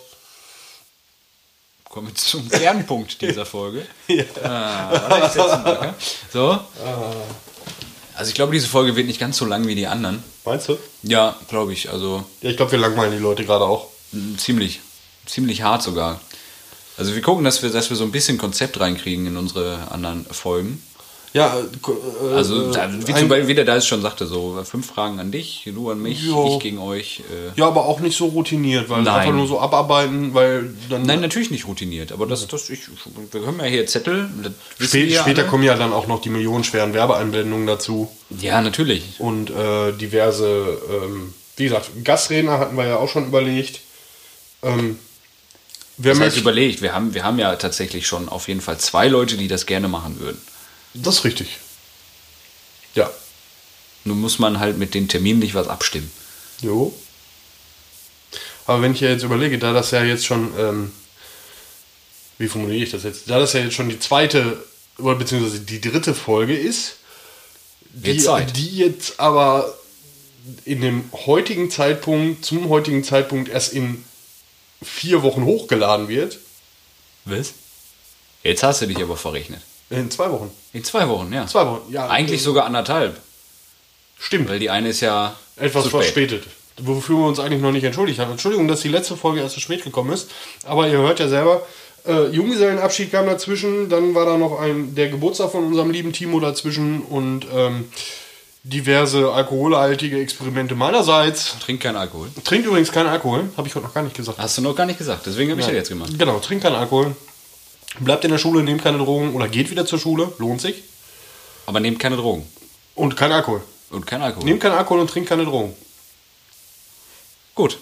B: Kommen wir zum Kernpunkt dieser Folge.
A: Ja.
B: Ah, warte, ich setz einen Marker. So. Also ich glaube, diese Folge wird nicht ganz so lang wie die anderen.
A: Meinst du?
B: Ja, glaube ich. Also
A: Ja, ich glaube, wir langweilen die Leute gerade auch.
B: m, ziemlich, ziemlich hart sogar. Also wir gucken, dass wir, dass wir so ein bisschen Konzept reinkriegen in unsere anderen Folgen.
A: Ja, äh,
B: Also
A: äh,
B: da, wie
A: ein-
B: zum Beispiel, wie der da ist schon sagte, so äh, fünf Fragen an dich, du an mich,
A: Jo.
B: ich gegen euch. Äh.
A: Ja, aber auch nicht so routiniert, weil
B: Nein.
A: einfach nur so abarbeiten, weil dann
B: Nein, natürlich nicht routiniert, aber das, das ich, wir haben ja hier Zettel. das wissen
A: spä
B: wir ja
A: später
B: alle.
A: kommen ja dann auch noch die millionenschweren Werbeeinblendungen dazu
B: Ja, natürlich.
A: und äh, diverse, ähm, wie gesagt, Gastredner hatten wir ja auch schon überlegt. Ähm, wer
B: Das heißt,
A: möchte,
B: überlegt, wir haben, wir haben ja tatsächlich schon auf jeden Fall zwei Leute, die das gerne machen würden.
A: das ist richtig. Ja.
B: Nun muss man halt mit den Terminen nicht was abstimmen.
A: Jo. Aber wenn ich ja jetzt überlege, da das ja jetzt schon, ähm, wie formuliere ich das jetzt? Da das ja jetzt schon die zweite oder beziehungsweise die dritte Folge ist, die,
B: Wird Zeit.
A: die jetzt aber in dem heutigen Zeitpunkt, zum heutigen Zeitpunkt erst in vier Wochen hochgeladen wird.
B: Was? Jetzt hast du dich aber verrechnet.
A: äh, In zwei Wochen.
B: In zwei Wochen, ja.
A: Zwei Wochen, ja.
B: Eigentlich sogar anderthalb,
A: Stimmt.
B: weil die eine ist ja
A: Etwas
B: zu spät.
A: verspätet. Wofür wir uns eigentlich noch nicht entschuldigt haben. Entschuldigung, dass die letzte Folge erst so spät gekommen ist. Aber ihr hört ja selber, äh, Junggesellenabschied kam dazwischen. Dann war da noch ein, der Geburtstag von unserem lieben Timo dazwischen und ähm, diverse alkoholhaltige Experimente meinerseits.
B: Trink keinen Alkohol.
A: Trinkt übrigens keinen Alkohol, habe ich heute noch gar nicht gesagt.
B: Hast du noch gar nicht gesagt, deswegen habe ich das jetzt gemacht.
A: Genau, trinkt keinen Alkohol. Bleibt in der Schule, nehmt keine Drogen oder geht wieder zur Schule, lohnt sich.
B: Aber nehmt keine Drogen
A: Und kein Alkohol.
B: und kein Alkohol.
A: Nehmt keinen Alkohol und trinkt keine Drogen.
B: Gut,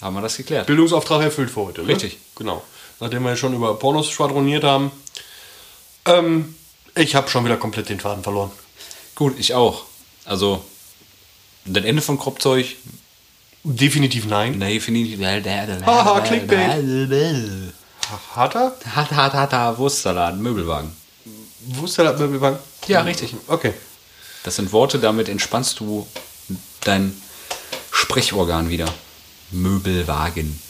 B: haben wir das geklärt.
A: Bildungsauftrag erfüllt für heute. Ne?
B: Richtig.
A: Genau. Nachdem wir ja schon über Pornos schwadroniert haben. Ähm, ich habe schon wieder komplett den Faden verloren.
B: Gut, ich auch. Also, das Ende von Kropfzeug,
A: Definitiv nein.
B: nee, finde ich... Haha,
A: Haha, Clickbait. Hat er?
B: Hat, hat, hat, hat, Wurstsalat, Möbelwagen.
A: Wusste er, wir waren.
B: Ja, richtig.
A: Okay.
B: Das sind Worte, damit entspannst du dein Sprechorgan wieder. Möbelwagen.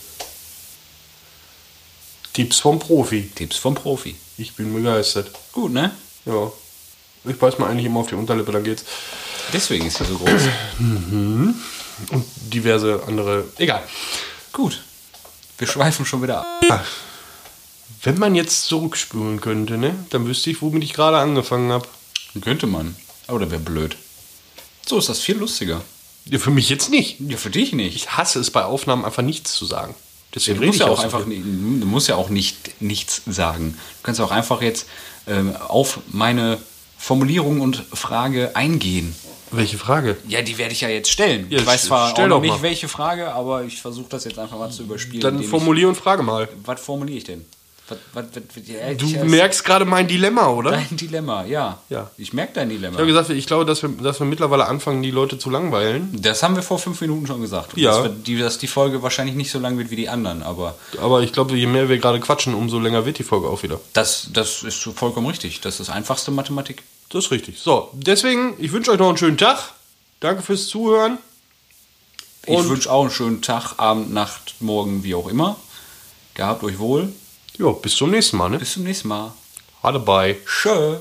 A: Tipps vom Profi.
B: Tipps vom Profi.
A: Ich bin begeistert.
B: Gut, ne?
A: Ja. Ich beiß mir eigentlich immer auf die Unterlippe, dann geht's.
B: Deswegen ist sie so groß.
A: Und diverse andere. Egal.
B: Gut. Wir schweifen schon wieder ab.
A: Wenn man jetzt zurückspülen könnte, ne? Dann wüsste ich, womit ich gerade angefangen habe.
B: Könnte man. Aber das wäre blöd. So ist das viel lustiger.
A: Ja, für mich jetzt nicht.
B: Ja, für dich nicht.
A: Ich hasse es bei Aufnahmen einfach nichts zu sagen. Deswegen
B: Du musst ja
A: rede ich
B: auch einfach ni- du musst ja auch nicht nichts sagen. Du kannst auch einfach jetzt ähm, auf meine Formulierung und Frage eingehen.
A: Welche Frage?
B: Ja, die werde ich ja jetzt stellen.
A: Ja,
B: ich weiß
A: st-
B: zwar
A: stell
B: auch noch
A: doch
B: nicht,
A: mal.
B: welche Frage, aber ich versuche das jetzt einfach mal zu überspielen.
A: Dann
B: indem
A: formulier und frage mal.
B: ich, was formuliere ich denn? Was, was, was, was, ja,
A: Du
B: ich,
A: merkst gerade mein Dilemma, oder? Ich
B: dein Dilemma, ja.
A: Ja.
B: Ich merke dein Dilemma.
A: habe gesagt, ich glaube, dass wir, dass wir mittlerweile anfangen, die Leute zu langweilen.
B: das haben wir vor fünf Minuten schon gesagt.
A: Ja.
B: Dass, wir, die, dass die Folge wahrscheinlich nicht so lang wird wie die anderen, aber
A: Aber ich glaube, je mehr wir gerade quatschen, umso länger wird die Folge auch wieder.
B: das, das ist so vollkommen richtig. Das ist einfachste Mathematik.
A: Das ist richtig. So, deswegen, ich wünsche euch noch einen schönen Tag. Danke fürs Zuhören.
B: ich
A: Und-
B: wünsche auch einen schönen Tag, Abend, Nacht, Morgen, wie auch immer. Gehabt euch wohl.
A: Ja, bis zum nächsten Mal. Ne?
B: Bis zum nächsten Mal.
A: Alle bye.
B: Tschö.